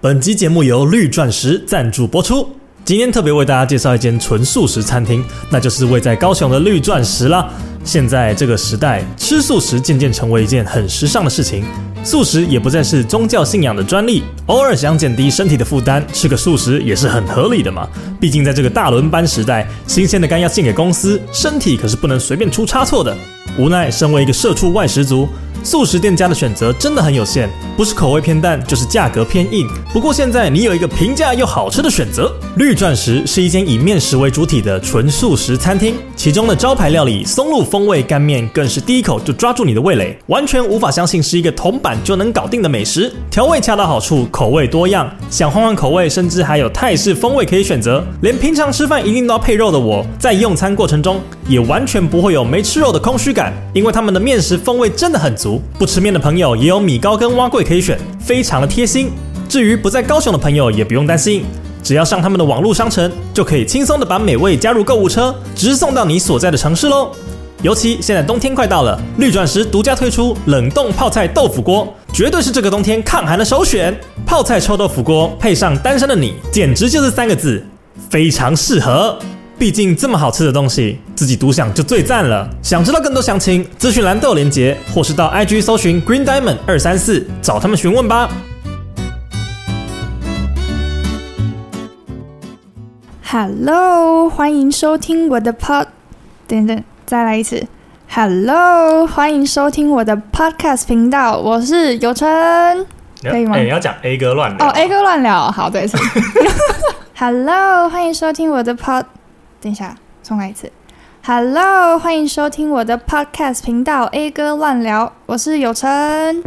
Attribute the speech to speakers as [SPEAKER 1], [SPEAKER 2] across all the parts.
[SPEAKER 1] 本期节目由绿钻石赞助播出。今天特别为大家介绍一间纯素食餐厅，那就是位在高雄的绿钻石啦。现在这个时代，吃素食渐渐成为一件很时尚的事情，素食也不再是宗教信仰的专利。偶尔想减低身体的负担，吃个素食也是很合理的嘛。毕竟在这个大轮班时代，新鲜的肝要献给公司，身体可是不能随便出差错的。无奈，身为一个社畜外食族，素食店家的选择真的很有限，不是口味偏淡，就是价格偏硬。不过现在你有一个平价又好吃的选择，绿钻石是一间以面食为主体的纯素食餐厅，其中的招牌料理松露风味干面更是第一口就抓住你的味蕾，完全无法相信是一个铜板就能搞定的美食。调味恰到好处，口味多样，想换换口味，甚至还有泰式风味可以选择。连平常吃饭一定都要配肉的我，在用餐过程中也完全不会有没吃肉的空虚感，因为他们的面食风味真的很足。不吃面的朋友也有米糕跟蛙桂可以选，非常的贴心。至于不在高雄的朋友也不用担心，只要上他们的网络商城，就可以轻松的把美味加入购物车，直送到你所在的城市喽。尤其现在冬天快到了，绿钻石独家推出冷冻泡菜豆腐锅，绝对是这个冬天抗寒的首选。泡菜臭豆腐锅配上单身的你，简直就是三个字：非常适合。毕竟这么好吃的东西，自己独享就最赞了。想知道更多详情，资讯栏都有连结，或是到 IG 搜寻 Green Diamond 二三四，找他们询问吧。
[SPEAKER 2] Hello，欢迎收听我的 pod。等等，再来一次。Hello，欢迎收听我的 podcast 频道，我是尤晨。可以吗
[SPEAKER 1] 哎你要讲 A 哥乱聊
[SPEAKER 2] 哦，A 哥乱聊，好，再一次。Hello，欢迎收听我的 pod。等一下，重来一次。Hello，欢迎收听我的 podcast 频道 A 哥乱聊，我是尤晨。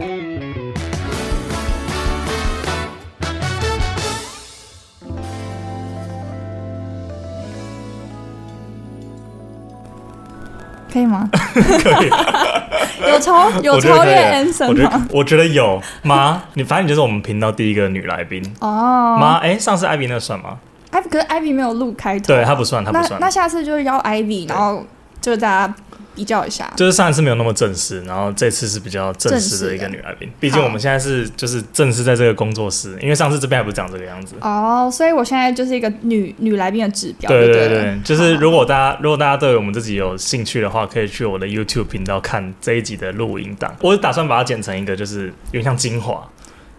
[SPEAKER 2] 可以吗？
[SPEAKER 1] 可以，
[SPEAKER 2] 有超有
[SPEAKER 1] 我觉得
[SPEAKER 2] 超
[SPEAKER 1] 可以
[SPEAKER 2] 越
[SPEAKER 1] 了我
[SPEAKER 2] Anson
[SPEAKER 1] 觉
[SPEAKER 2] 吗？
[SPEAKER 1] 得我觉得有妈，你反正你就是我们频道第一个女来宾。
[SPEAKER 2] 哦，
[SPEAKER 1] 妈，哎、上次艾比那个算吗？
[SPEAKER 2] 艾可是艾比没有录开头，
[SPEAKER 1] 对，她不算，她
[SPEAKER 2] 那
[SPEAKER 1] 不算
[SPEAKER 2] 那。下次就邀艾比，然后就大家比较一下。
[SPEAKER 1] 就是上一次没有那么正式，然后这次是比较正式的一个女来宾。毕竟我们现在是就是正式在这个工作室，因为上次这边还不是长这个样子。
[SPEAKER 2] 哦，所以我现在就是一个女女来宾的指标，
[SPEAKER 1] 对
[SPEAKER 2] 对哦
[SPEAKER 1] 对
[SPEAKER 2] 了
[SPEAKER 1] 对，就是如果大家如果大家对我们自己有兴趣的话，可以去我的 YouTube 频道看这一集的录影档。我打算把它剪成一个就是有点像精华，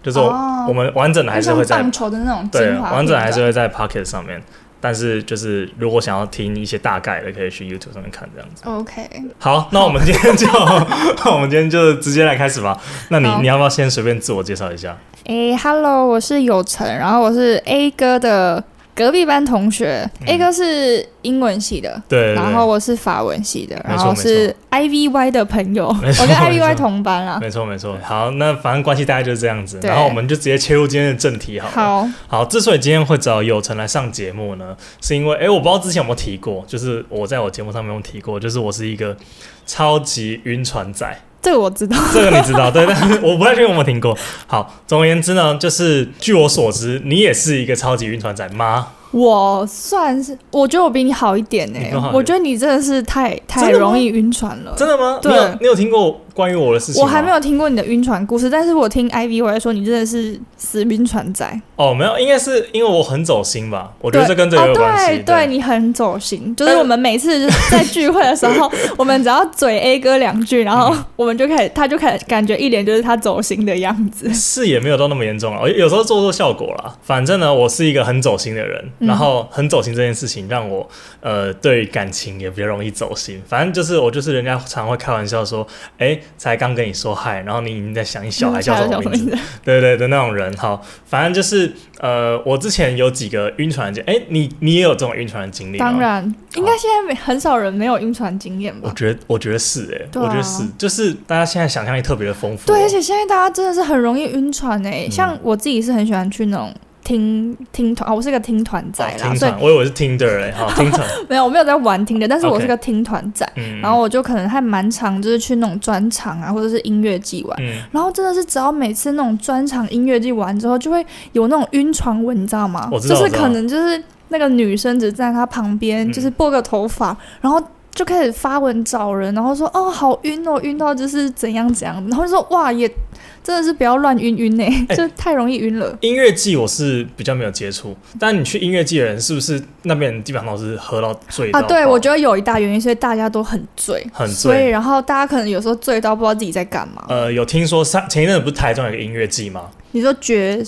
[SPEAKER 1] 就是我,、
[SPEAKER 2] 哦
[SPEAKER 1] 我们完整的还是
[SPEAKER 2] 就
[SPEAKER 1] 会
[SPEAKER 2] 像
[SPEAKER 1] 在
[SPEAKER 2] 棒球的那种
[SPEAKER 1] 对
[SPEAKER 2] 精华片段，
[SPEAKER 1] 完整还是会在 Pocket 上面。但是就是如果想要听一些大概的，可以去 YouTube 上面看这样子。
[SPEAKER 2] OK。
[SPEAKER 1] 好，那我们今天就 那我们今天就直接来开始吧。那你
[SPEAKER 2] 好
[SPEAKER 1] 你要不要先随便自我介绍一下？
[SPEAKER 2] 诶 h e l l o 我是有成，然后我是 A 哥的隔壁班同学、
[SPEAKER 1] 嗯
[SPEAKER 2] a 哥是英文系的。
[SPEAKER 1] 对对
[SPEAKER 2] 然
[SPEAKER 1] 对
[SPEAKER 2] 后我是法文系的，
[SPEAKER 1] 错
[SPEAKER 2] 然后是 IVY 的朋友，我
[SPEAKER 1] 没错
[SPEAKER 2] 跟
[SPEAKER 1] 没错
[SPEAKER 2] IVY 同班啦。
[SPEAKER 1] 没错没错。好，那反正关系大概就是这样子。
[SPEAKER 2] 啊对
[SPEAKER 1] 然后我们就直接切入今天的正题好了。
[SPEAKER 2] 好，
[SPEAKER 1] 好，之所以今天会找有成来上节目呢，是因为，哎、我不知道之前有没有提过，就是我在我节目上面有提过，就是我是一个超级晕船仔，
[SPEAKER 2] 这个我知道。
[SPEAKER 1] 这个你知道，对， 但是我不太确定有没有听过。好，总而言之呢，就是据我所知，你也是一个超级晕船仔妈，
[SPEAKER 2] 我算是，我觉得我比你好一点呢、
[SPEAKER 1] 你更好一点
[SPEAKER 2] 我觉得你真的是太太
[SPEAKER 1] 真的吗
[SPEAKER 2] 容易晕船了。
[SPEAKER 1] 真的吗？
[SPEAKER 2] 对
[SPEAKER 1] 你有你有听过关于我的事情
[SPEAKER 2] 我
[SPEAKER 1] 吗？
[SPEAKER 2] 还没。有听过你的晕船故事，但是我听 IV 回来说你真的是死晕船仔，
[SPEAKER 1] 哦，没有，应该是因为我很走心吧，我
[SPEAKER 2] 我
[SPEAKER 1] 觉得这跟这个有关系。
[SPEAKER 2] 对，对你很走心，就是我们每次就是在聚会的 时候，我们只要嘴 A 哥两句，然后
[SPEAKER 1] 嗯
[SPEAKER 2] 我们就开始，他就开始感觉一脸就是他走心的样子。
[SPEAKER 1] 是也没有到那么严重啊，我有时候做做效果啦。反正呢，我是一个很走心的人，
[SPEAKER 2] 嗯
[SPEAKER 1] 然后很走心这件事情让我呃对感情也比较容易走心。反正就是我就是人家常会开玩笑说，哎、才刚跟你说嗨，然后你已经在想你小孩
[SPEAKER 2] 嗯
[SPEAKER 1] 叫什么名字，
[SPEAKER 2] 字？
[SPEAKER 1] 对对的那种人。好，反正就是呃，我之前有几个晕船的经，哎、你你也有这种晕船的经历吗？
[SPEAKER 2] 当然，应该现在没很少人没有晕船经验
[SPEAKER 1] 我
[SPEAKER 2] 吧？
[SPEAKER 1] 觉得我觉得是哎、
[SPEAKER 2] 对啊
[SPEAKER 1] 我觉得是，就是大家现在想象力特别的丰富哦、
[SPEAKER 2] 对，而且现在大家真的是很容易晕船诶、
[SPEAKER 1] 嗯
[SPEAKER 2] 像我自己是很喜欢去那种听听团，啊我是个听团仔
[SPEAKER 1] 哦
[SPEAKER 2] 啦，
[SPEAKER 1] 听
[SPEAKER 2] 所以
[SPEAKER 1] 团，我以为是 Tinder 哎、好听 团，
[SPEAKER 2] 没有我没有在玩听的，但是我
[SPEAKER 1] OK
[SPEAKER 2] 是个听团仔。
[SPEAKER 1] 嗯，
[SPEAKER 2] 然后我就可能还蛮常就是去那种专场啊，或者是音乐季玩。
[SPEAKER 1] 嗯。
[SPEAKER 2] 然后真的是，只要每次那种专场音乐季完之后，就会有那种晕船文，你知道吗？
[SPEAKER 1] 我知道
[SPEAKER 2] 就是
[SPEAKER 1] 我知道
[SPEAKER 2] 可能就是那个女生只站在他旁边，
[SPEAKER 1] 嗯
[SPEAKER 2] 就是拨个头发，然后就开始发文找人，然后说哦好晕哦，晕到就是怎样怎样，然后就说哇也真的是不要乱晕晕呢、
[SPEAKER 1] 哎
[SPEAKER 2] 就太容易晕了。
[SPEAKER 1] 音乐季我是比较没有接触，但你去音乐季的人是不是那边基本上都是喝到醉到
[SPEAKER 2] 啊，
[SPEAKER 1] 爆？
[SPEAKER 2] 对，我觉得有一大原因，所以大家都很醉，
[SPEAKER 1] 很醉
[SPEAKER 2] 所以然后大家可能有时候醉到不知道自己在干嘛。
[SPEAKER 1] 呃有听说上前一阵子不是台中有个音乐季吗？
[SPEAKER 2] 你说绝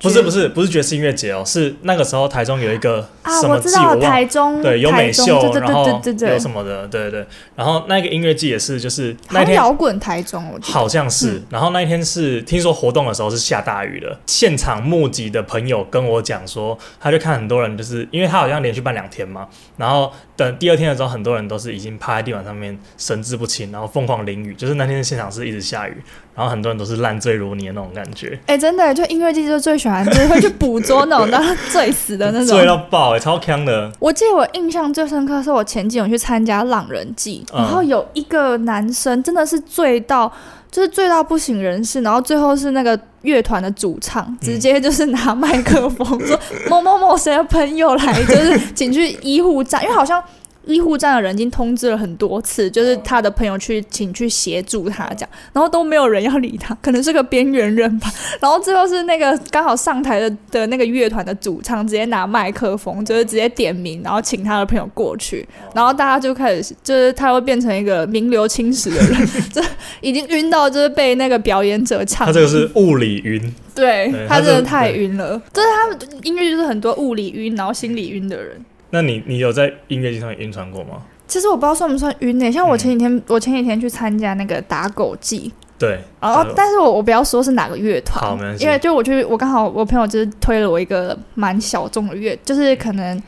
[SPEAKER 1] 不是不是不是爵士音乐节哦，是那个时候台中有一个
[SPEAKER 2] 啊，
[SPEAKER 1] 什
[SPEAKER 2] 我
[SPEAKER 1] 么
[SPEAKER 2] 知
[SPEAKER 1] 季、
[SPEAKER 2] 道
[SPEAKER 1] 我忘了，
[SPEAKER 2] 台中
[SPEAKER 1] 对，有美
[SPEAKER 2] 台中
[SPEAKER 1] 秀，
[SPEAKER 2] 对
[SPEAKER 1] 然
[SPEAKER 2] 对对
[SPEAKER 1] 后
[SPEAKER 2] 对对
[SPEAKER 1] 有
[SPEAKER 2] 对，
[SPEAKER 1] 什么的，对对。然后那个音乐季也是，就是
[SPEAKER 2] 好
[SPEAKER 1] 那
[SPEAKER 2] 像
[SPEAKER 1] 天
[SPEAKER 2] 摇滚台中，我觉得。
[SPEAKER 1] 好像是，
[SPEAKER 2] 嗯
[SPEAKER 1] 然后那一天是听说活动的时候是下大雨的，现场目击的朋友跟我讲说，他就看很多人就是因为他好像连续办两天嘛，然后等第二天的时候，很多人都是已经趴在地板上面神志不清，然后疯狂淋雨，就是那天现场是一直下雨，然后很多人都是烂醉如泥的那种感觉，
[SPEAKER 2] 哎、真的，就音乐季就最喜欢，就是会去捕捉那种然后醉死的哦 那
[SPEAKER 1] 醉到
[SPEAKER 2] 种。
[SPEAKER 1] 爆、欸，超强的，
[SPEAKER 2] 我记得我印象最深刻是我前几年去参加浪人季，
[SPEAKER 1] 嗯
[SPEAKER 2] 然后有一个男生真的是醉到，就是醉到不省人事，然后最后是那个乐团的主唱直接就是拿麦克风说某某某谁的朋友来，就是请去医护站，因为好像。医护站的人已经通知了很多次，就是他的朋友去请去协助他这样，然后都没有人要理他，可能是个边缘人吧。然后最后是那个刚好上台的的那个乐团的主唱直接拿麦克风，就是直接点名，然后请他的朋友过去，然后大家就开始就是他会变成一个名流青史的 人，这已经晕到就是被那个表演者唱。
[SPEAKER 1] 他这个是物理晕，
[SPEAKER 2] 对
[SPEAKER 1] 对
[SPEAKER 2] 他
[SPEAKER 1] 他
[SPEAKER 2] 真的
[SPEAKER 1] 这
[SPEAKER 2] 太
[SPEAKER 1] 对
[SPEAKER 2] 晕了，就是他们音乐就是很多物理晕，然后心理晕的人。
[SPEAKER 1] 那你你有在音乐季上面晕船过吗？
[SPEAKER 2] 其实我不知道算不算晕呢、欸像
[SPEAKER 1] 嗯
[SPEAKER 2] 我前几天，我前几天去参加那个打狗季，
[SPEAKER 1] 对，
[SPEAKER 2] 然后
[SPEAKER 1] 打狗
[SPEAKER 2] 哦但是我我不要说是哪个乐
[SPEAKER 1] 好
[SPEAKER 2] 团
[SPEAKER 1] 没关，系
[SPEAKER 2] 因为就我去，我刚好我朋友就是推了我一个蛮小众的乐，就是可能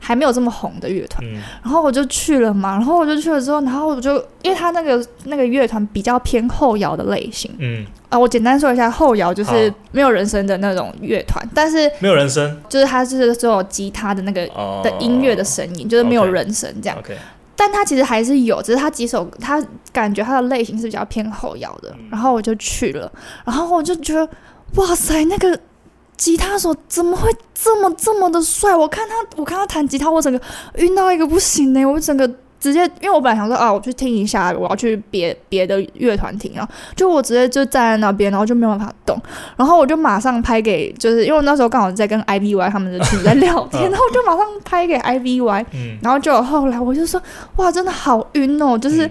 [SPEAKER 2] 还没有这么红的乐团，
[SPEAKER 1] 嗯，
[SPEAKER 2] 然后我就去了嘛，然后我就去了之后，然后我就因为他那个那个乐团比较偏后摇的类型
[SPEAKER 1] 嗯，
[SPEAKER 2] 啊，我简单说一下，后摇就是
[SPEAKER 1] 好
[SPEAKER 2] 没有人声的那种乐团，但是
[SPEAKER 1] 没有人声
[SPEAKER 2] 就是它是只有吉他的那个
[SPEAKER 1] 哦
[SPEAKER 2] 的音乐的声音，就是没有
[SPEAKER 1] OK
[SPEAKER 2] 人声这样。
[SPEAKER 1] ，OK，
[SPEAKER 2] 但它其实还是有，只是它几首，它感觉它的类型是比较偏后摇的。然后我就去了，然后我就觉得，哇塞，那个吉他手怎么会这么这么的帅？我看他，我看他弹吉他，我整个晕到一个不行呢、我整个。直接，因为我本来想说啊，我去听一下，我要去别别的乐团听，然后就我直接就站在那边，然后就没有办法动，然后我就马上拍给，就是因为我那时候刚好在跟 IVY 他们的群在聊天，
[SPEAKER 1] 嗯
[SPEAKER 2] 然后我就马上拍给 IVY，
[SPEAKER 1] 嗯，
[SPEAKER 2] 然后就有后来我就说，哇，真的好晕哦！就是
[SPEAKER 1] 嗯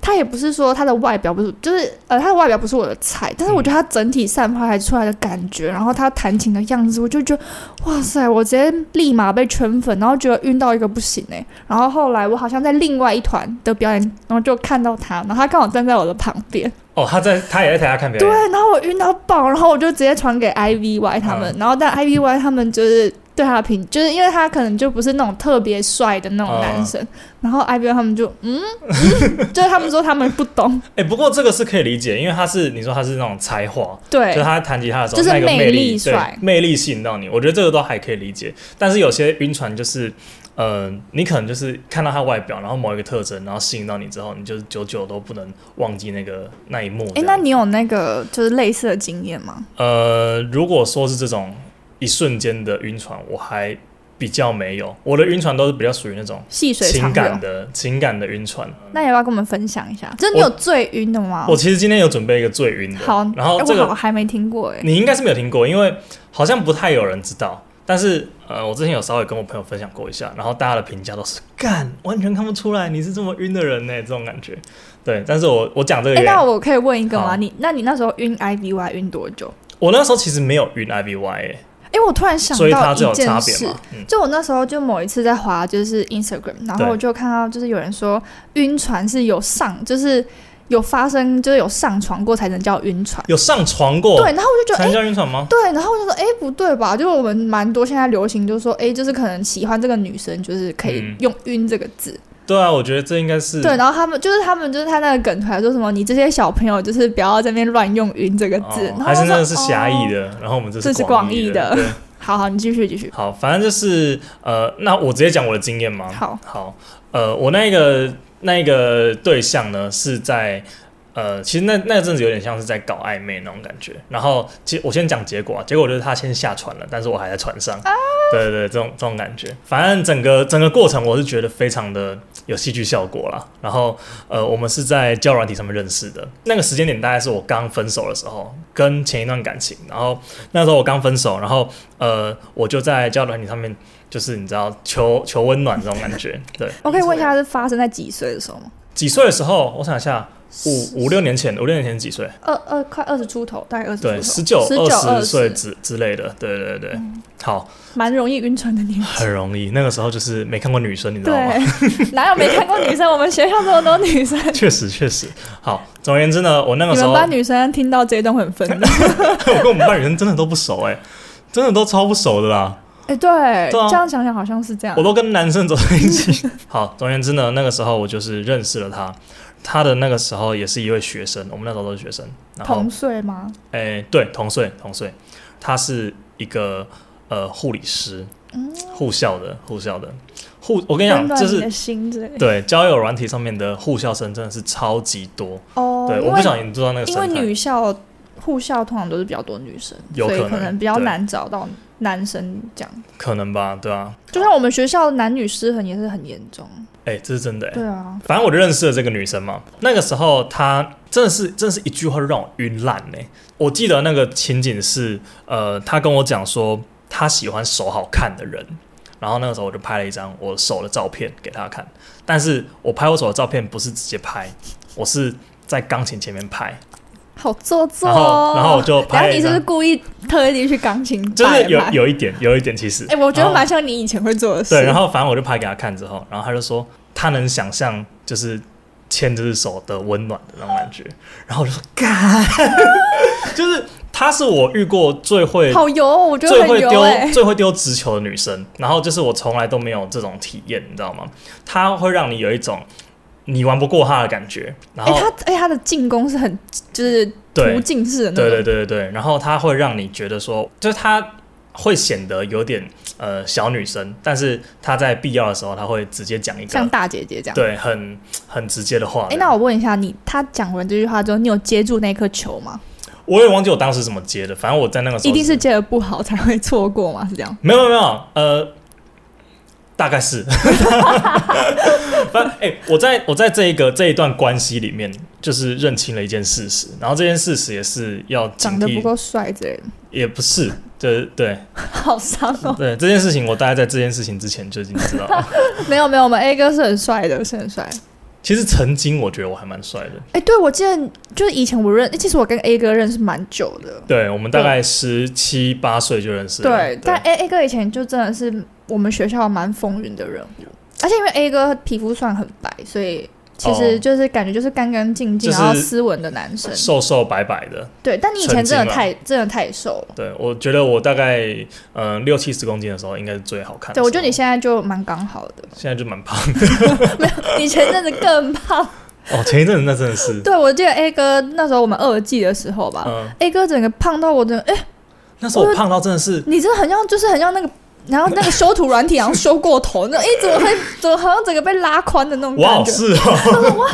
[SPEAKER 2] 他也不是说他的外表不是，就是呃，他的外表不是我的菜，但是我觉得
[SPEAKER 1] 嗯
[SPEAKER 2] 他整体散发来出来的感觉，然后他弹琴的样子，我就觉得，哇塞，我直接立马被圈粉，然后觉得晕到一个不行哎、然后后来我好像在另外一团的表演，然后就看到他，然后他刚好站在我的旁边，
[SPEAKER 1] 哦，他在他也在台下看表
[SPEAKER 2] 对
[SPEAKER 1] 演，，
[SPEAKER 2] 然后我晕到爆，然后我就直接传给
[SPEAKER 1] 嗯
[SPEAKER 2] IVY 他们，然后但 IVY 他们就是对他的评，就是因为他可能就不是那种特别帅的那种男生，
[SPEAKER 1] 嗯
[SPEAKER 2] 然后 IVY 他们就嗯， 嗯就是他们说他们不懂，
[SPEAKER 1] 哎、不过这个是可以理解，因为他是你说他是那种才华，
[SPEAKER 2] 对
[SPEAKER 1] 就是他弹吉他的时候
[SPEAKER 2] 就是
[SPEAKER 1] 那个
[SPEAKER 2] 魅
[SPEAKER 1] 魅
[SPEAKER 2] 力
[SPEAKER 1] 对
[SPEAKER 2] 帅
[SPEAKER 1] 魅力吸引到你，我觉得这个都还可以理解。但是有些晕船就是，呃，你可能就是看到他外表，然后某一个特征，然后吸引到你之后，你就是久久都不能忘记那个那一幕这样。
[SPEAKER 2] 哎，那你有那个就是类似的经验吗？
[SPEAKER 1] 呃，如果说是这种一瞬间的晕船，我还比较没有，我的晕船都是比较属于那种
[SPEAKER 2] 细水
[SPEAKER 1] 情
[SPEAKER 2] 长
[SPEAKER 1] 感
[SPEAKER 2] 流，
[SPEAKER 1] 的情感的晕船。
[SPEAKER 2] 那也要跟我们分享一下，就是你有最晕的吗
[SPEAKER 1] 我？其实今天有准备一个最晕的，
[SPEAKER 2] 好，
[SPEAKER 1] 然后
[SPEAKER 2] 哎
[SPEAKER 1] 这个
[SPEAKER 2] 我好还没听过哎，
[SPEAKER 1] 你应该是没有听过，因为好像不太有人知道。但是呃，我之前有稍微跟我朋友分享过一下，然后大家的评价都是干，完全看不出来你是这么晕的人呢、这种感觉。对，但是我我讲这个
[SPEAKER 2] 哎，
[SPEAKER 1] 原因，
[SPEAKER 2] 那我可以问一个吗？
[SPEAKER 1] 好
[SPEAKER 2] 你那你那时候晕 IVY 晕多久？
[SPEAKER 1] 我那时候其实没有晕 IVY，、欸、
[SPEAKER 2] 哎，我突然想
[SPEAKER 1] 所以
[SPEAKER 2] 到
[SPEAKER 1] 它这有
[SPEAKER 2] 一
[SPEAKER 1] 差
[SPEAKER 2] 件
[SPEAKER 1] 别
[SPEAKER 2] 事，
[SPEAKER 1] 嘛？嗯，
[SPEAKER 2] 就我那时候就某一次在滑就是 Instagram，然后
[SPEAKER 1] 对
[SPEAKER 2] 我就看到就是有人说晕船是有上，就是有发生，就是有上床过才能叫晕船。
[SPEAKER 1] 有上床过，
[SPEAKER 2] 对，然后我就觉得，哎、
[SPEAKER 1] 才叫晕船吗？
[SPEAKER 2] 对，然后我就说，哎、不对吧？就我们蛮多现在流行，就是说，哎、就是可能喜欢这个女生，就是可以
[SPEAKER 1] 嗯
[SPEAKER 2] 用“晕”这个字。
[SPEAKER 1] 对啊，我觉得这应该是
[SPEAKER 2] 对，然后他们就是他们就是他那个梗出来说什么，你这些小朋友就是不要在那边乱用“晕”这个
[SPEAKER 1] 哦
[SPEAKER 2] 字。然后
[SPEAKER 1] 还是
[SPEAKER 2] 我
[SPEAKER 1] 那
[SPEAKER 2] 说
[SPEAKER 1] 个是狭义。
[SPEAKER 2] 哦
[SPEAKER 1] 的，然后我们这
[SPEAKER 2] 这是
[SPEAKER 1] 是
[SPEAKER 2] 广义
[SPEAKER 1] 义
[SPEAKER 2] 的
[SPEAKER 1] 对，
[SPEAKER 2] 好哦好，你继续继续。
[SPEAKER 1] 好，反正就是呃，那我直接讲我的经验吗？
[SPEAKER 2] 好，
[SPEAKER 1] 好，呃，我那个那个对象呢是在呃，其实那那阵子有点像是在搞暧昧那种感觉。然后，其实我先讲结果、啊，结果就是他先下船了，但是我还在船上。对对对，这种这种感觉，反正整个整个过程我是觉得非常的有戏剧效果啦。然后呃，我们是在交友软体上面认识的，那个时间点大概是我刚分手的时候，跟前一段感情。然后那时候我刚分手，然后呃，我就在交友软体上面，就是你知道求求温暖这种感 觉。对，
[SPEAKER 2] 我可以问一下，是发生在几岁的时候吗？
[SPEAKER 1] 几岁的时候？我想一下，五五六年前，五六年前几岁？
[SPEAKER 2] 二二快二十出头，大概二十出
[SPEAKER 1] 对，
[SPEAKER 2] 头，
[SPEAKER 1] 十九、
[SPEAKER 2] 19
[SPEAKER 1] 二十嗯岁
[SPEAKER 2] 20
[SPEAKER 1] 之之类的。对对对对，好，
[SPEAKER 2] 蛮容易晕船的年纪。
[SPEAKER 1] 很容易。那个时候就是没看过女 生，你知道吗？
[SPEAKER 2] 对， 哪有没看过女生？我们学校这么多女生，
[SPEAKER 1] 确实确实。好，总而言之呢，我 那个
[SPEAKER 2] 你
[SPEAKER 1] 时
[SPEAKER 2] 们
[SPEAKER 1] 候，
[SPEAKER 2] 班女生听到这一段会很愤怒。
[SPEAKER 1] 我跟我们班女生真的都不熟哎、真的都超不熟的啦。
[SPEAKER 2] 哎、对，
[SPEAKER 1] 对啊
[SPEAKER 2] 这样想想好像是这样
[SPEAKER 1] 我。都跟男生走在一 起。好，总而言之呢，那个时候我就是认识了他。他的那个时候也是一位学生，我们那时候都是学生。然后
[SPEAKER 2] 同，岁吗？
[SPEAKER 1] 哎、对，同岁同岁，他是一个呃护理师，
[SPEAKER 2] 嗯，
[SPEAKER 1] 护校的护校的护。我跟你
[SPEAKER 2] 温
[SPEAKER 1] 讲，
[SPEAKER 2] 暖
[SPEAKER 1] 就
[SPEAKER 2] 你
[SPEAKER 1] 是
[SPEAKER 2] 的心之类。
[SPEAKER 1] 对交友软体上面的护校生真的是超级多。
[SPEAKER 2] 哦，
[SPEAKER 1] 对，
[SPEAKER 2] 因
[SPEAKER 1] 我
[SPEAKER 2] 为
[SPEAKER 1] 不小心做到那个生
[SPEAKER 2] 因为
[SPEAKER 1] 态。
[SPEAKER 2] 女校护校通常都是比较多女生，
[SPEAKER 1] 有
[SPEAKER 2] 所以
[SPEAKER 1] 可
[SPEAKER 2] 可
[SPEAKER 1] 能
[SPEAKER 2] 能比较
[SPEAKER 1] 对
[SPEAKER 2] 难找到男生这样。
[SPEAKER 1] 可能吧，对啊，
[SPEAKER 2] 就像我们学校男女失衡也是很严重。
[SPEAKER 1] 哎、这是真的、欸。
[SPEAKER 2] 对啊，
[SPEAKER 1] 反正我就认识了这个女生嘛，那个时候她真的是真的是一句话就让我晕烂呢、我记得那个情景是，呃，她跟我讲说她喜欢手好看的人，然后那个时候我就拍了一张我手的照片给她看，但是我拍我手的照片不是直接拍，我是在钢琴前面拍，
[SPEAKER 2] 好做作
[SPEAKER 1] 然后
[SPEAKER 2] 哦。
[SPEAKER 1] 然后我就
[SPEAKER 2] 然
[SPEAKER 1] 拍
[SPEAKER 2] 后
[SPEAKER 1] 了
[SPEAKER 2] 你
[SPEAKER 1] 一
[SPEAKER 2] 是不是
[SPEAKER 1] 张，
[SPEAKER 2] 故意特地去钢琴摆
[SPEAKER 1] 就是有
[SPEAKER 2] 拍
[SPEAKER 1] 有一点有一点其实，
[SPEAKER 2] 哎、我觉
[SPEAKER 1] 然
[SPEAKER 2] 得
[SPEAKER 1] 后
[SPEAKER 2] 蛮像你以前会做的事。
[SPEAKER 1] 对，然后反正我就拍给他看之后，然后他就说他能想象就是牵这只手的温暖的那种感觉， 然后我就说干， 就是她是我遇过最会
[SPEAKER 2] 好油、哦，我觉得
[SPEAKER 1] 最
[SPEAKER 2] 很
[SPEAKER 1] 会
[SPEAKER 2] 油
[SPEAKER 1] 丢、
[SPEAKER 2] 哎、
[SPEAKER 1] 最会丢直球的女生，然后就是我从来都没有这种体验，你知道吗？她会让你有一种你玩不过她的感觉，然
[SPEAKER 2] 哎、
[SPEAKER 1] 后、
[SPEAKER 2] 他哎、他的进攻是很就是
[SPEAKER 1] 对
[SPEAKER 2] 途径式的那种，
[SPEAKER 1] 对对对对对，然后她会让你觉得说，就是她会显得有点呃小女生，但是她在必要的时候，她会直接讲一个
[SPEAKER 2] 像大姐姐这样。
[SPEAKER 1] 对，很很直接的话。
[SPEAKER 2] 哎、那我问一下你，他讲完这句话之后，你有接住那颗球吗？
[SPEAKER 1] 我也忘记我当时怎么接的，反正我在那个时候
[SPEAKER 2] 一定是接的不好才会错过吗？是这样？
[SPEAKER 1] 没有没有没有，呃，大概是。 反正哎、我在我在这一个这一段关系里面，就是认清了一件事实，然后这件事实也是要警
[SPEAKER 2] 长得不
[SPEAKER 1] 惕，
[SPEAKER 2] 够帅之类的，
[SPEAKER 1] 也不是，对对！
[SPEAKER 2] 好伤哦
[SPEAKER 1] 对，这件事情我大概在这件事情之前就已经知道了。
[SPEAKER 2] 没有没有，我们 A 哥是很帅的，是很帅。
[SPEAKER 1] 其实曾经我觉得我还蛮帅的，
[SPEAKER 2] 哎、对，我记得就是以前我认，其实我跟 A 哥认识蛮久的，
[SPEAKER 1] 对我们大概十七八岁就认识了，
[SPEAKER 2] 对，但 A A 哥以前就真的是我们学校蛮风云的人物，而且因为 A 哥皮肤算很白，所以其实
[SPEAKER 1] 哦
[SPEAKER 2] 就是感觉就是干干净净，
[SPEAKER 1] 就是
[SPEAKER 2] 然后斯文的男生。
[SPEAKER 1] 瘦瘦白白的，
[SPEAKER 2] 对，但你以前
[SPEAKER 1] 纯
[SPEAKER 2] 真
[SPEAKER 1] 净
[SPEAKER 2] 的
[SPEAKER 1] 啊
[SPEAKER 2] 太真的太瘦了。
[SPEAKER 1] 对，我觉得我大概嗯六七十公斤的时候应该是最好看的时
[SPEAKER 2] 对，
[SPEAKER 1] 候。
[SPEAKER 2] 我觉得你现在就蛮刚好的，
[SPEAKER 1] 现在就蛮胖
[SPEAKER 2] 你前阵子更胖。
[SPEAKER 1] 哦，前一阵子那真的是，
[SPEAKER 2] 对，啊我记得 A 哥那时候我们二季的时候吧、
[SPEAKER 1] 嗯，
[SPEAKER 2] a 哥整个胖到我整个，哎、
[SPEAKER 1] 那时候我胖到真的是，
[SPEAKER 2] 你真的很像，就是很像那个，然后那个修图软体，然后修过头，那哎、怎么会，怎么好像整个被拉宽的那种
[SPEAKER 1] 哇，
[SPEAKER 2] 感觉？
[SPEAKER 1] 是哦。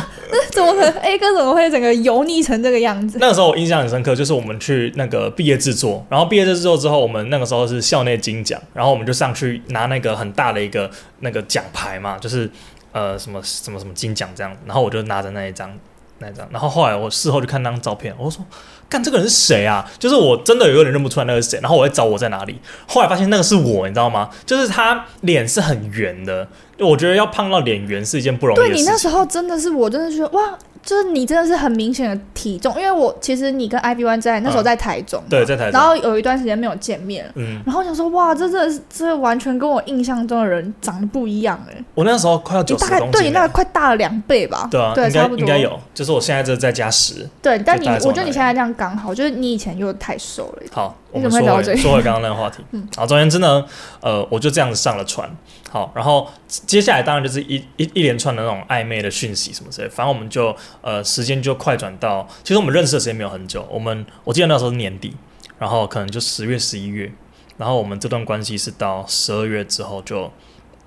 [SPEAKER 2] 怎么可能 A 哥怎么会整 个油腻成这个样子？
[SPEAKER 1] 那个时候我印象很深刻，就是我们去那个毕业制作，然后毕业制作之后，我们那个时候是校内金奖，然后我们就上去拿那个很大的一个那个奖牌嘛，就是呃什么什么什么金奖这样，然后我就拿着那一张。那一张，然后后来我事后就看那张照片，我就说：“干，这个人是谁啊？”就是我真的有点认不出来那个是谁，然后我在找我在哪里，后来发现那个是我，你知道吗？就是他脸是很圆的，我觉得要胖到脸圆是一件不容易
[SPEAKER 2] 对
[SPEAKER 1] 的
[SPEAKER 2] 你
[SPEAKER 1] 事
[SPEAKER 2] 那
[SPEAKER 1] 情。
[SPEAKER 2] 时候真的是，我真的觉得哇，就是你真的是很明显的体重，因为我其实你跟 IB One 在那时候在台中嘛、
[SPEAKER 1] 啊对，在台
[SPEAKER 2] 然
[SPEAKER 1] 上，
[SPEAKER 2] 后有一段时间没有见面，
[SPEAKER 1] 嗯，
[SPEAKER 2] 然后我想说哇，这真的是这完全跟我印象中的人长得不一样哎、
[SPEAKER 1] 我那时候快要
[SPEAKER 2] 你
[SPEAKER 1] 九十
[SPEAKER 2] 大概
[SPEAKER 1] 公斤了，欸
[SPEAKER 2] 对你那个快大了两倍吧？
[SPEAKER 1] 对啊，应该
[SPEAKER 2] 差不多
[SPEAKER 1] 应该有，就是我现在这再加十。
[SPEAKER 2] 对，但你
[SPEAKER 1] 就大概是
[SPEAKER 2] 我
[SPEAKER 1] 我
[SPEAKER 2] 觉得你
[SPEAKER 1] 那
[SPEAKER 2] 现在这样刚好，就是你以前又太瘦了。
[SPEAKER 1] 好，我
[SPEAKER 2] 你
[SPEAKER 1] 们
[SPEAKER 2] 怎么会
[SPEAKER 1] 说
[SPEAKER 2] 聊
[SPEAKER 1] 回
[SPEAKER 2] 这个嗯
[SPEAKER 1] 说回刚刚那个话题。好，总而言之呢，呃，我就这样子上了船。好，然后接下来当然就是一一一连串的那种暧昧的讯息什么之类的，反正我们就呃时间就快转到，其实我们认识的时间没有很久，我们我记得那时候是年底，然后可能就十月十一月，然后我们这段关系是到十二月之后就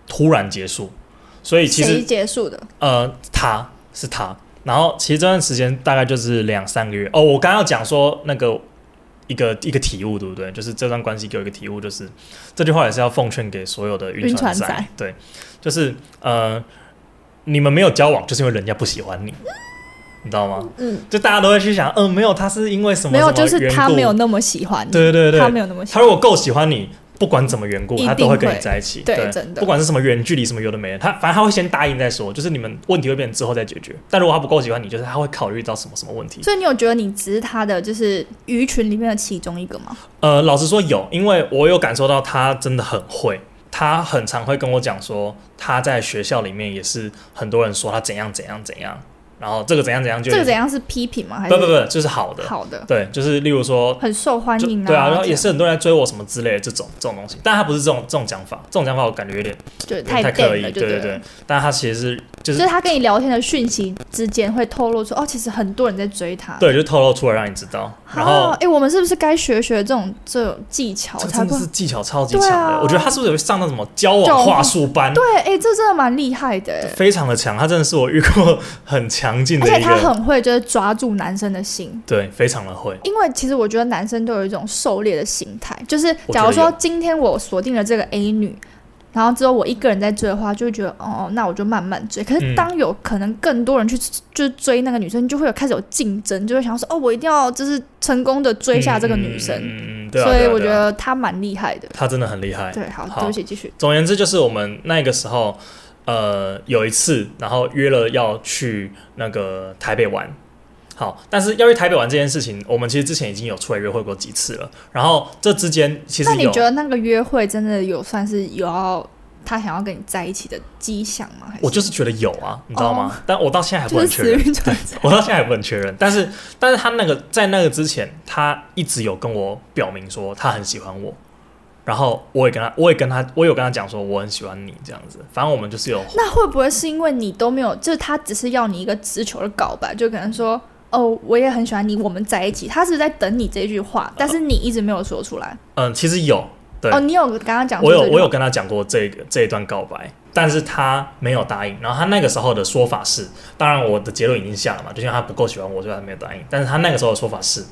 [SPEAKER 1] 突然结束，所以其实
[SPEAKER 2] 谁结束的？
[SPEAKER 1] 呃，他是他。然后其实这段时间大概就是两三个月。哦，我刚刚要讲说那个一个一个体悟，对不对？就是这段关系给我一个体悟，就是这句话也是要奉劝给所有的
[SPEAKER 2] 晕
[SPEAKER 1] 船
[SPEAKER 2] 船仔
[SPEAKER 1] 对，就是呃，你们没有交往，就是因为人家不喜欢你，你知道吗？
[SPEAKER 2] 嗯，
[SPEAKER 1] 就大家都会去想，嗯、没有，他是因为什么
[SPEAKER 2] 没有，
[SPEAKER 1] 什么
[SPEAKER 2] 就是
[SPEAKER 1] 缘
[SPEAKER 2] 他
[SPEAKER 1] 故
[SPEAKER 2] 没有那么喜欢你，
[SPEAKER 1] 对对对，
[SPEAKER 2] 他没有那么喜
[SPEAKER 1] 他
[SPEAKER 2] 欢
[SPEAKER 1] 如果够喜欢你，不管怎么缘故，
[SPEAKER 2] 一定
[SPEAKER 1] 他都会跟你
[SPEAKER 2] 会
[SPEAKER 1] 在一起。
[SPEAKER 2] 对真的
[SPEAKER 1] 不管是什么远距离，什么有的没的，他反正他会先答应再说，就是你们问题会变成之后再解决。但如果他不够喜欢你，就是他会考虑到什么什么问题
[SPEAKER 2] 你。。所以你有觉得你只是他的就是鱼群里面的其中一个吗？
[SPEAKER 1] 呃，老实说有，因为我有感受到他真的很会，他很常会跟我讲说，他在学校里面也是很多人说他怎样怎样怎样，然后这个怎样怎样就
[SPEAKER 2] 这个怎样是批评吗？还是
[SPEAKER 1] 不不不，就是好的，
[SPEAKER 2] 好的，
[SPEAKER 1] 对，就是例如说
[SPEAKER 2] 很受欢
[SPEAKER 1] 就
[SPEAKER 2] 迎
[SPEAKER 1] 对啊，然后
[SPEAKER 2] 这
[SPEAKER 1] 也
[SPEAKER 2] 样
[SPEAKER 1] 是很多人在追我什么之类的这种这种东西，但他不是这种这种讲法，这种讲法我感觉有点
[SPEAKER 2] 就
[SPEAKER 1] 有点太刻
[SPEAKER 2] 淡
[SPEAKER 1] 意，
[SPEAKER 2] 了，
[SPEAKER 1] 对
[SPEAKER 2] 就
[SPEAKER 1] 对
[SPEAKER 2] 了
[SPEAKER 1] 对。但他其实是就
[SPEAKER 2] 就是是他跟你聊天的讯息之间会透露出哦，其实很多人在追他。
[SPEAKER 1] 对，就透露出来让你知道，然
[SPEAKER 2] 哦，
[SPEAKER 1] 后
[SPEAKER 2] 哎、我们是不是该学学这种这种技巧
[SPEAKER 1] 这
[SPEAKER 2] 才
[SPEAKER 1] 真
[SPEAKER 2] 不
[SPEAKER 1] 的是？技巧超级
[SPEAKER 2] 对
[SPEAKER 1] 强
[SPEAKER 2] 啊
[SPEAKER 1] 的，我觉得他是不是有上那什么交
[SPEAKER 2] 这
[SPEAKER 1] 往
[SPEAKER 2] 种
[SPEAKER 1] 话术班？
[SPEAKER 2] 对，哎、这真的蛮厉害的、诶
[SPEAKER 1] 非常的强，他真的是我遇过很强劲
[SPEAKER 2] 而
[SPEAKER 1] 的
[SPEAKER 2] 且
[SPEAKER 1] 一
[SPEAKER 2] 他
[SPEAKER 1] 个，
[SPEAKER 2] 很会就是抓住男生的心。
[SPEAKER 1] 对，非常的会。
[SPEAKER 2] 因为其实我觉得男生都有一种狩猎的心态，就是
[SPEAKER 1] 我觉
[SPEAKER 2] 假
[SPEAKER 1] 得
[SPEAKER 2] 如说
[SPEAKER 1] 有
[SPEAKER 2] 今天我锁定了这个 A 女，然后之后我一个人在追的话，就会觉得哦哦，那我就慢慢追。可
[SPEAKER 1] 嗯
[SPEAKER 2] 是当有可能更多人去就是追那个女生，就会有开始有竞争，就会想说哦，我一定要就是成功的追下这个女生。
[SPEAKER 1] 嗯嗯嗯嗯，对啊，
[SPEAKER 2] 所
[SPEAKER 1] 对
[SPEAKER 2] 以
[SPEAKER 1] 啊
[SPEAKER 2] 我觉
[SPEAKER 1] 对啊
[SPEAKER 2] 得他蛮厉害的。
[SPEAKER 1] 他真的很厉害。
[SPEAKER 2] 对，好，
[SPEAKER 1] 好
[SPEAKER 2] 对不起，继续。
[SPEAKER 1] 总而言之，就是我们那个时候，呃，有一次，然后约了要去那个台北玩。好，但是要去台北玩这件事情，我们其实之前已经有出来约会过几次了。然后这之间其实
[SPEAKER 2] 那你
[SPEAKER 1] 有
[SPEAKER 2] 觉，得那个约会真的有算是有要他想要跟你在一起的迹象吗？还
[SPEAKER 1] 我就是觉得有啊，你知道吗？但我到现在还不
[SPEAKER 2] 哦就
[SPEAKER 1] 能
[SPEAKER 2] 是
[SPEAKER 1] 确
[SPEAKER 2] 死
[SPEAKER 1] 认，
[SPEAKER 2] 于 转折。
[SPEAKER 1] 我到现在还不能确认。但是，但是他那个在那个之前，他一直有跟我表明说他很喜欢我，然后我也跟他，我也跟他，我有跟他讲说我很喜欢你这样子。反正我们就是有
[SPEAKER 2] 那会不会是因为你都没有，就是他只是要你一个直球的告白，就可能说哦，我也很喜欢你，我们在一起。他是在等你这句话，但是你一直没有说出来。
[SPEAKER 1] 嗯，其实有，对
[SPEAKER 2] 哦，你有跟他讲，
[SPEAKER 1] 我有我有，跟他讲过这个这一段告白，但是他没有答应。然后他那个时候的说法是，当然我的结论已经下了嘛，就像他不够喜欢我，所以他没有答应。但是他那个时候的说法是，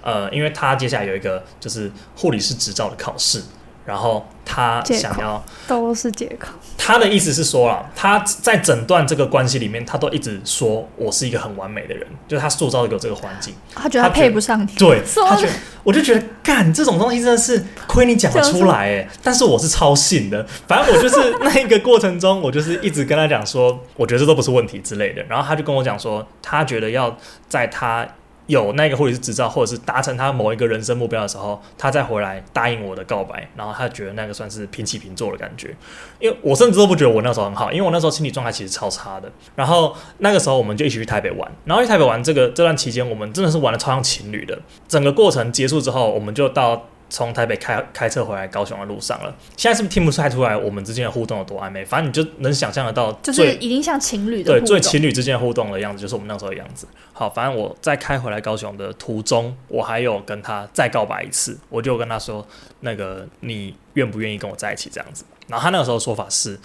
[SPEAKER 1] 呃，因为他接下来有一个就是护理师执照的考试，然后他
[SPEAKER 3] 借
[SPEAKER 1] 想
[SPEAKER 3] 口
[SPEAKER 1] 要
[SPEAKER 3] 都是借口。
[SPEAKER 1] 他的意思是说啊，他在整段这个关系里面，他都一直说我是一个很完美的人，就是他塑造给我这个环境。
[SPEAKER 2] 他觉得
[SPEAKER 1] 他觉
[SPEAKER 2] 他
[SPEAKER 1] 得
[SPEAKER 2] 配不上你。
[SPEAKER 1] 对，
[SPEAKER 2] 说
[SPEAKER 1] 他觉得我就觉得干这种东西真的是亏你讲得出来哎，但是我是超信的。反正我就是那一个过程中，我就是一直跟他讲说，我觉得这都不是问题之类的。然后他就跟我讲说，他觉得要在他有那个护理师执照，或者是达成他某一个人生目标的时候，他再回来答应我的告白，然后他觉得那个算是平起平坐的感觉。因为我甚至都不觉得我那时候很好，因为我那时候心理状态其实超差的。然后那个时候我们就一起去台北玩，然后去台北玩这个这段期间，我们真的是玩的超像情侣的。整个过程结束之后，我们就到从台北开开车回来高雄的路上了。现在是不是听不出来出来我们之间的互动有多暧昧？反正你就能想象得到
[SPEAKER 2] 就
[SPEAKER 1] 最，
[SPEAKER 2] 是已经像情侣的
[SPEAKER 1] 对
[SPEAKER 2] 互
[SPEAKER 1] 最
[SPEAKER 2] 动，
[SPEAKER 1] 情侣之间互动的样子，就是我们那时候的样子。好，反正我在开回来高雄的途中，我还有跟他再告白一次，我就跟他说，那个你愿不愿意跟我在一起这样子？然后他那个时候说法是，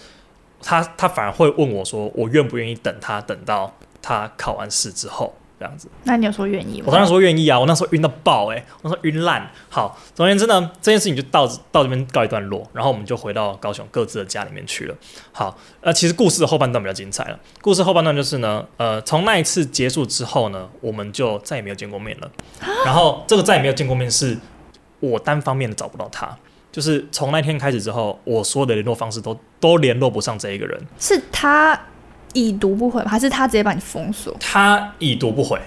[SPEAKER 1] 他他反而会问我说，我愿不愿意等他等到他考完试之后这样子。
[SPEAKER 2] 那你有说愿意吗？
[SPEAKER 1] 我当时说愿意啊，我那时候晕到爆哎、我那时候晕烂。好，总而言之呢，这件事情就到到这边告一段落，然后我们就回到高雄各自的家里面去了。好，呃，其实故事的后半段比较精彩了。故事后半段就是呢，呃，从那一次结束之后呢，我们就再也没有见过面了。然后这个再也没有见过面是我单方面的找不到他。就是从那天开始之后，我所有的联络方式都都联络不上这一个人，
[SPEAKER 2] 是他已读不回吗，还是他直接把你封锁？
[SPEAKER 1] 他已读不回，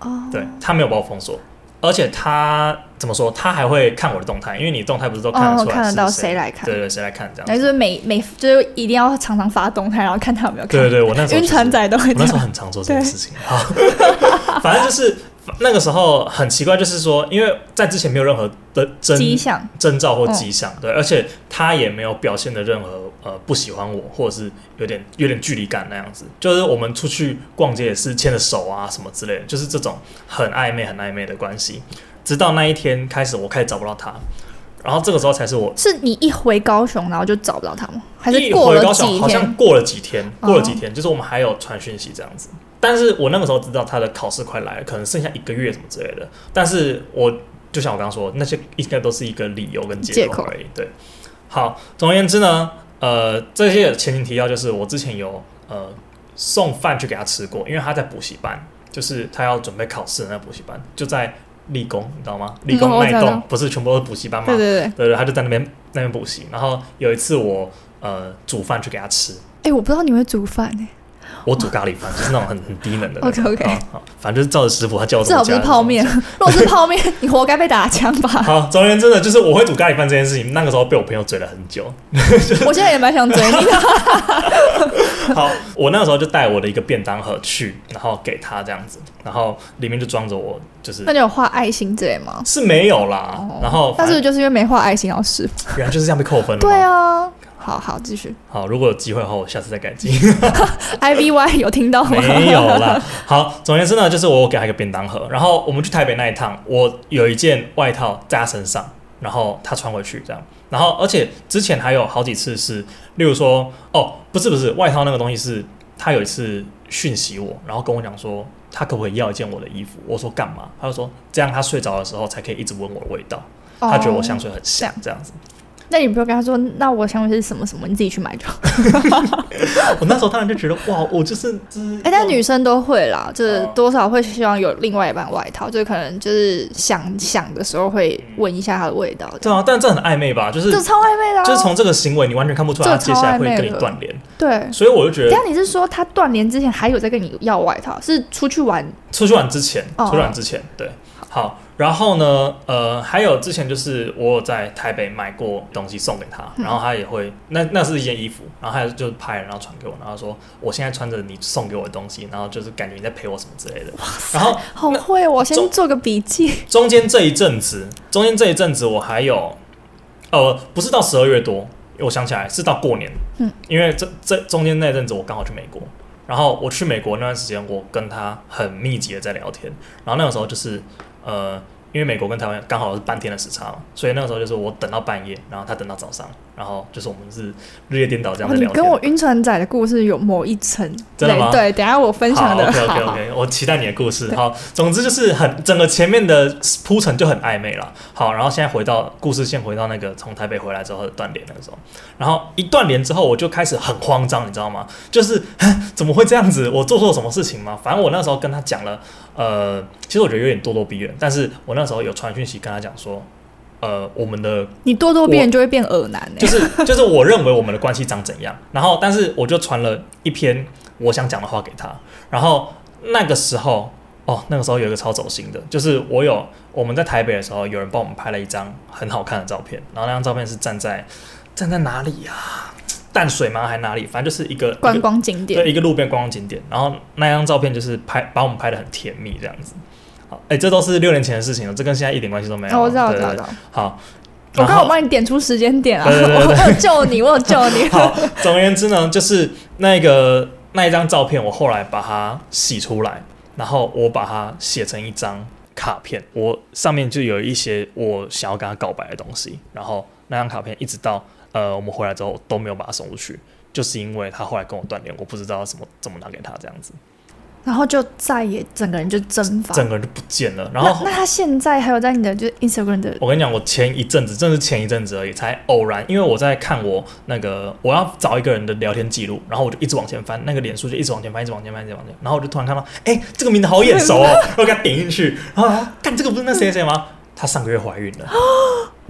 [SPEAKER 2] 哦，
[SPEAKER 1] 对他没有把我封锁，而且他怎么说？他还会看我的动态，因为你动态不是都看得
[SPEAKER 2] 哦，
[SPEAKER 1] 出来、
[SPEAKER 2] 看得到谁
[SPEAKER 1] 谁
[SPEAKER 2] 来看？哎
[SPEAKER 1] 对对，谁来看这样
[SPEAKER 2] 然
[SPEAKER 1] 子？
[SPEAKER 2] 后就是每每就是一定要常常发动态，然后看他有没有看。
[SPEAKER 1] 对对对，我那时候
[SPEAKER 2] 晕
[SPEAKER 1] 就是
[SPEAKER 2] 船仔都会
[SPEAKER 1] 我
[SPEAKER 2] 这
[SPEAKER 1] 那时候
[SPEAKER 2] 样。
[SPEAKER 1] 很常做这件事情。好， 反正就是那个时候很奇怪，就是说，因为在之前没有任何的征
[SPEAKER 2] 迹象，
[SPEAKER 1] 征兆或迹象，对，而且他也没有表现的任何呃不喜欢我，或者是有点有点距离感那样子。就是我们出去逛街也是牵着手啊什么之类的，就是这种很暧昧很暧昧的关系。直到那一天开始，我开始找不到他，然后这个时候才是我
[SPEAKER 2] 是你一回高雄，然后就找不到他吗？还是
[SPEAKER 1] 一
[SPEAKER 2] 过
[SPEAKER 1] 回
[SPEAKER 2] 了
[SPEAKER 1] 高
[SPEAKER 2] 几
[SPEAKER 1] 雄，好像
[SPEAKER 2] 天？
[SPEAKER 1] 过了几天，
[SPEAKER 2] 哦
[SPEAKER 1] 过了几天，就是我们还有传讯息这样子。但是我那个时候知道他的考试快来了，可能剩下一个月什么之类的。但是我就像我刚刚说，那些应该都是一个理由跟借
[SPEAKER 2] 借口
[SPEAKER 1] 而已。对，好，总而言之呢，呃，这些前情提要就是我之前有呃送饭去给他吃过，因为他在补习班，就是他要准备考试的那补习班，就在立功，你知道吗？立功
[SPEAKER 3] 我
[SPEAKER 1] 那一
[SPEAKER 3] 知道
[SPEAKER 1] 栋不是全部都是补习班吗？
[SPEAKER 3] 对对对，哎、
[SPEAKER 1] 对对，他就在那边那边补习。然后有一次我呃煮饭去给他吃，
[SPEAKER 2] 哎
[SPEAKER 3] 我不知道你会煮饭
[SPEAKER 2] 欸
[SPEAKER 3] 哎、
[SPEAKER 1] 我煮咖喱饭，就是那种很很低能的那种。
[SPEAKER 2] OK，OK
[SPEAKER 1] 好好，反正就是照着食谱他教我
[SPEAKER 2] 至
[SPEAKER 1] 怎
[SPEAKER 2] 少
[SPEAKER 1] 么
[SPEAKER 2] 不
[SPEAKER 1] 加
[SPEAKER 2] 是
[SPEAKER 1] 的
[SPEAKER 2] 泡面。 如果是泡面，你活该被打枪 吧？
[SPEAKER 1] 好，总而言之呢，就是我会煮咖喱饭这件事情，那个时候被我朋友追了很久。
[SPEAKER 2] 我现在也蛮想追你的。
[SPEAKER 1] 好，我那个时候就带我的一个便当盒去，然后给他这样子，然后里面就装着我就是
[SPEAKER 2] 那你有画爱心之类 吗？
[SPEAKER 1] 是没有啦，然后反
[SPEAKER 2] 但是
[SPEAKER 1] 正
[SPEAKER 2] 就是因为没画爱心，然 后失败。
[SPEAKER 1] 原来就是这样被扣分了。
[SPEAKER 2] 对，啊，好好继续。
[SPEAKER 1] 好，如果有机会的话，我下次再改进。
[SPEAKER 2] I V Y 有听到吗？
[SPEAKER 1] 没有 啦。好，总而言之呢，就是我给他一个便当盒，然后我们去台北那一趟，我有一件外套在他身上，然后他穿回去这样。然后，而且之前还有好几次是，例如说，哦，不是不是，外套那个东西是他有一次讯息我，然后跟我讲说，他可不可以要一件我的衣服？我说干嘛？他就说这样他睡着的时候才可以一直闻我的味道，
[SPEAKER 2] 哦
[SPEAKER 1] 他觉得我香水很香
[SPEAKER 2] 这样
[SPEAKER 1] 这样子。
[SPEAKER 2] 那你不要跟他说，那我想的是什么什么，你自己去买就好。
[SPEAKER 1] 我哦那时候当然就觉得哇，我就是就是
[SPEAKER 2] 哎、但女生都会啦，就是
[SPEAKER 1] 哦
[SPEAKER 2] 多少会希望有另外一半外套，就是可能就是想想的时候会闻一下它的味道，
[SPEAKER 1] 对啊，但这很暧昧吧？就是
[SPEAKER 2] 这超暧昧的、啊。
[SPEAKER 1] 就是从这个行为，你完全看不出来他接下来会跟你断联，
[SPEAKER 2] 对，
[SPEAKER 1] 所以我就觉
[SPEAKER 2] 等一
[SPEAKER 1] 得
[SPEAKER 2] 下你是说他断联之前还有在跟你要外套，是出去玩
[SPEAKER 1] 出去玩之前，
[SPEAKER 2] 哦
[SPEAKER 1] 出去玩之前，对，好，然后呢，呃，还有之前就是我有在台北买过东西送给他，然后他也会，那那是一件衣服，然后他就拍，然后传给我，然后说我现在穿着你送给我的东西，然后就是感觉你在陪我什么之类的，然后
[SPEAKER 2] 好会哦，我先
[SPEAKER 1] 中
[SPEAKER 2] 做个笔记。
[SPEAKER 1] 中间这一阵子，中间这一阵子我还有，呃，不是到十二月多，我想起来是到过年，
[SPEAKER 2] 嗯，
[SPEAKER 1] 因为这这中间那阵子我刚好去美国，然后我去美国那段时间，我跟他很密集的在聊天，然后那个时候就是，呃，因为美国跟台湾刚好是半天的时差嘛，所以那个时候就是我等到半夜，然后他等到早上，然后就是我们是日夜颠倒这样在
[SPEAKER 2] 哦你
[SPEAKER 1] 聊天。
[SPEAKER 2] 跟我晕船仔的故事有某一 层，
[SPEAKER 1] 真的吗
[SPEAKER 2] 对，对等一下我分享
[SPEAKER 1] 好
[SPEAKER 2] 的，
[SPEAKER 1] ，OK
[SPEAKER 2] 好
[SPEAKER 1] OK
[SPEAKER 2] 好
[SPEAKER 1] OK，我期待你的故事。好，总之就是很整个前面的铺陈就很暧昧了。好，然后现在回到故事线，回到那个从台北回来之后的断联那个时候，然后一断联之后，我就开始很慌张，你知道吗？就是 哼怎么会这样子？我做错了什么事情吗？反正我那时候跟他讲了，呃，其实我觉得有点咄咄逼人，但是我那时候有传讯息跟他讲说，呃，我们的
[SPEAKER 2] 你多多变就会变耳男、欸，
[SPEAKER 1] 就是 就是我认为我们的关系长怎样，然后但是我就传了一篇我想讲的话给他，然后那个时候哦，那个时候有一个超走心的，就是我有我们在台北的时候，有人帮我们拍了一张很好看的照片，然后那张照片是站在站在哪里啊？淡水吗？还哪里？反正就是一个
[SPEAKER 2] 观光景点啊
[SPEAKER 1] 对，一个路边观光景点。然后那张照片就是拍把我们拍的很甜蜜这样子。好，哎、这都是六年前的事情了，这跟现在一点关系都没有。
[SPEAKER 2] 哦我知道，我
[SPEAKER 1] 对
[SPEAKER 2] 知道，
[SPEAKER 1] 对对
[SPEAKER 2] 我知道。
[SPEAKER 1] 好，
[SPEAKER 2] 我
[SPEAKER 1] 然
[SPEAKER 2] 刚
[SPEAKER 1] 后
[SPEAKER 2] 好帮你点出时间点啊，
[SPEAKER 1] 对对对 对
[SPEAKER 2] 我我有救你，我有救 你。
[SPEAKER 1] 好，总而言之呢，就是那个那一张照片，我后来把它洗出来，然后我把它写成一张卡片，我上面就有一些我想要跟他告白的东西，然后那张卡片一直到呃我们回来之后都没有把它送出去，就是因为他后来跟我断联，我不知道怎么怎么拿给他这样子，
[SPEAKER 2] 然后就再也整个人就蒸发。
[SPEAKER 1] 整个人就不见了。然后
[SPEAKER 2] 那那他现在还有在你的就是 Instagram 的
[SPEAKER 1] 我跟你讲，我前一阵子，真的是前一阵子而已，才偶然，因为我在看我那个我要找一个人的聊天记录，然后我就一直往前翻，那个脸书就一直往前翻，一直往前翻，一直往前翻，然后我就突然看到，哎、这个名字好眼熟哦， 我给他点进去，然后干这个不是那谁谁谁吗？她哦上个月怀孕了，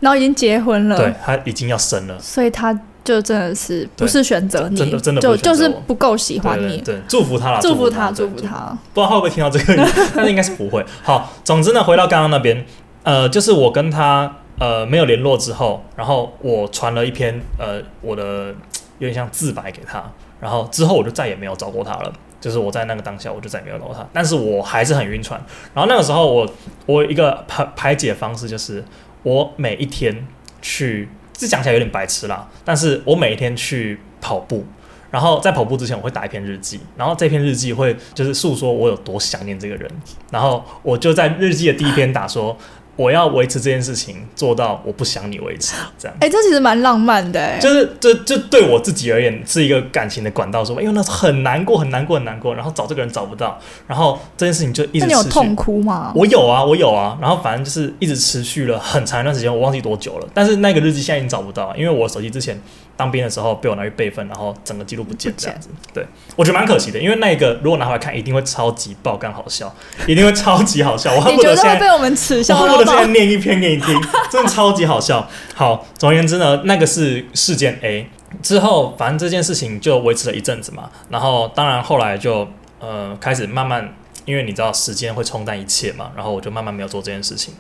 [SPEAKER 2] 然后已经结婚了，
[SPEAKER 1] 对，她已经要生了。
[SPEAKER 2] 所以他就真的是
[SPEAKER 1] 对
[SPEAKER 2] 不是选择你，
[SPEAKER 1] 真的真的不
[SPEAKER 2] 就
[SPEAKER 1] 选
[SPEAKER 2] 是
[SPEAKER 1] 择
[SPEAKER 2] 就
[SPEAKER 1] 我
[SPEAKER 2] 是不够喜
[SPEAKER 1] 对
[SPEAKER 2] 欢
[SPEAKER 1] 对
[SPEAKER 2] 你，
[SPEAKER 1] 对，祝福她啦，
[SPEAKER 2] 祝福
[SPEAKER 1] 她，
[SPEAKER 2] 他，
[SPEAKER 1] 对
[SPEAKER 2] 祝福。他。
[SPEAKER 1] 不知道他会不会听到这个，但是应该是不会。好，总之呢，回到刚刚那边，呃，就是我跟他呃没有联络之后，然后我传了一篇呃我的有点像自白给他，然后之后我就再也没有找过他了。就是我在那个当下，我就再也没有找过他，但是我还是很晕船。然后那个时候我我有一个排排解方式就是我每一天去，这讲起来有点白痴啦，但是我每一天去跑步，然后在跑步之前，我会打一篇日记，然后这篇日记会就是诉说我有多想念这个人，然后我就在日记的第一篇打说，我要维持这件事情做到我不想你维持，这样。
[SPEAKER 2] 哎、这其实蛮浪漫的、哎，
[SPEAKER 1] 就是这这对我自己而言是一个感情的管道，说，因为哎那时候很难过，很难过，很难过，然后找这个人找不到，然后这件事情就一
[SPEAKER 2] 那
[SPEAKER 1] 直
[SPEAKER 2] 你有
[SPEAKER 1] 持
[SPEAKER 2] 痛
[SPEAKER 1] 续。
[SPEAKER 2] 哭吗？
[SPEAKER 1] 我有啊，我有啊，然后反正就是一直持续了很长一段时间，我忘记多久了。但是那个日记现在已经找不到了，因为我手机之前当兵的时候被我拿去备份，然后整个记录不见
[SPEAKER 2] 不
[SPEAKER 1] 这
[SPEAKER 2] 见
[SPEAKER 1] 样子。对，我觉得蛮可惜的，因为那个如果拿回来看，一定会超级爆肝好笑，一定会超级好 笑。我恨
[SPEAKER 2] 你
[SPEAKER 1] 不
[SPEAKER 2] 觉
[SPEAKER 1] 得
[SPEAKER 2] 得
[SPEAKER 1] 现
[SPEAKER 2] 会
[SPEAKER 1] 在
[SPEAKER 2] 被我们耻笑
[SPEAKER 1] 我
[SPEAKER 2] 到
[SPEAKER 1] 恨不得现在？
[SPEAKER 2] 爆
[SPEAKER 1] 念一篇给你听，真的超级好笑。好，总而言之呢，那个是事件 A 之后，反正这件事情就维持了一阵子嘛。然后当然后来就呃开始慢慢，因为你知道时间会冲淡一切嘛，然后我就慢慢没有做这件事情。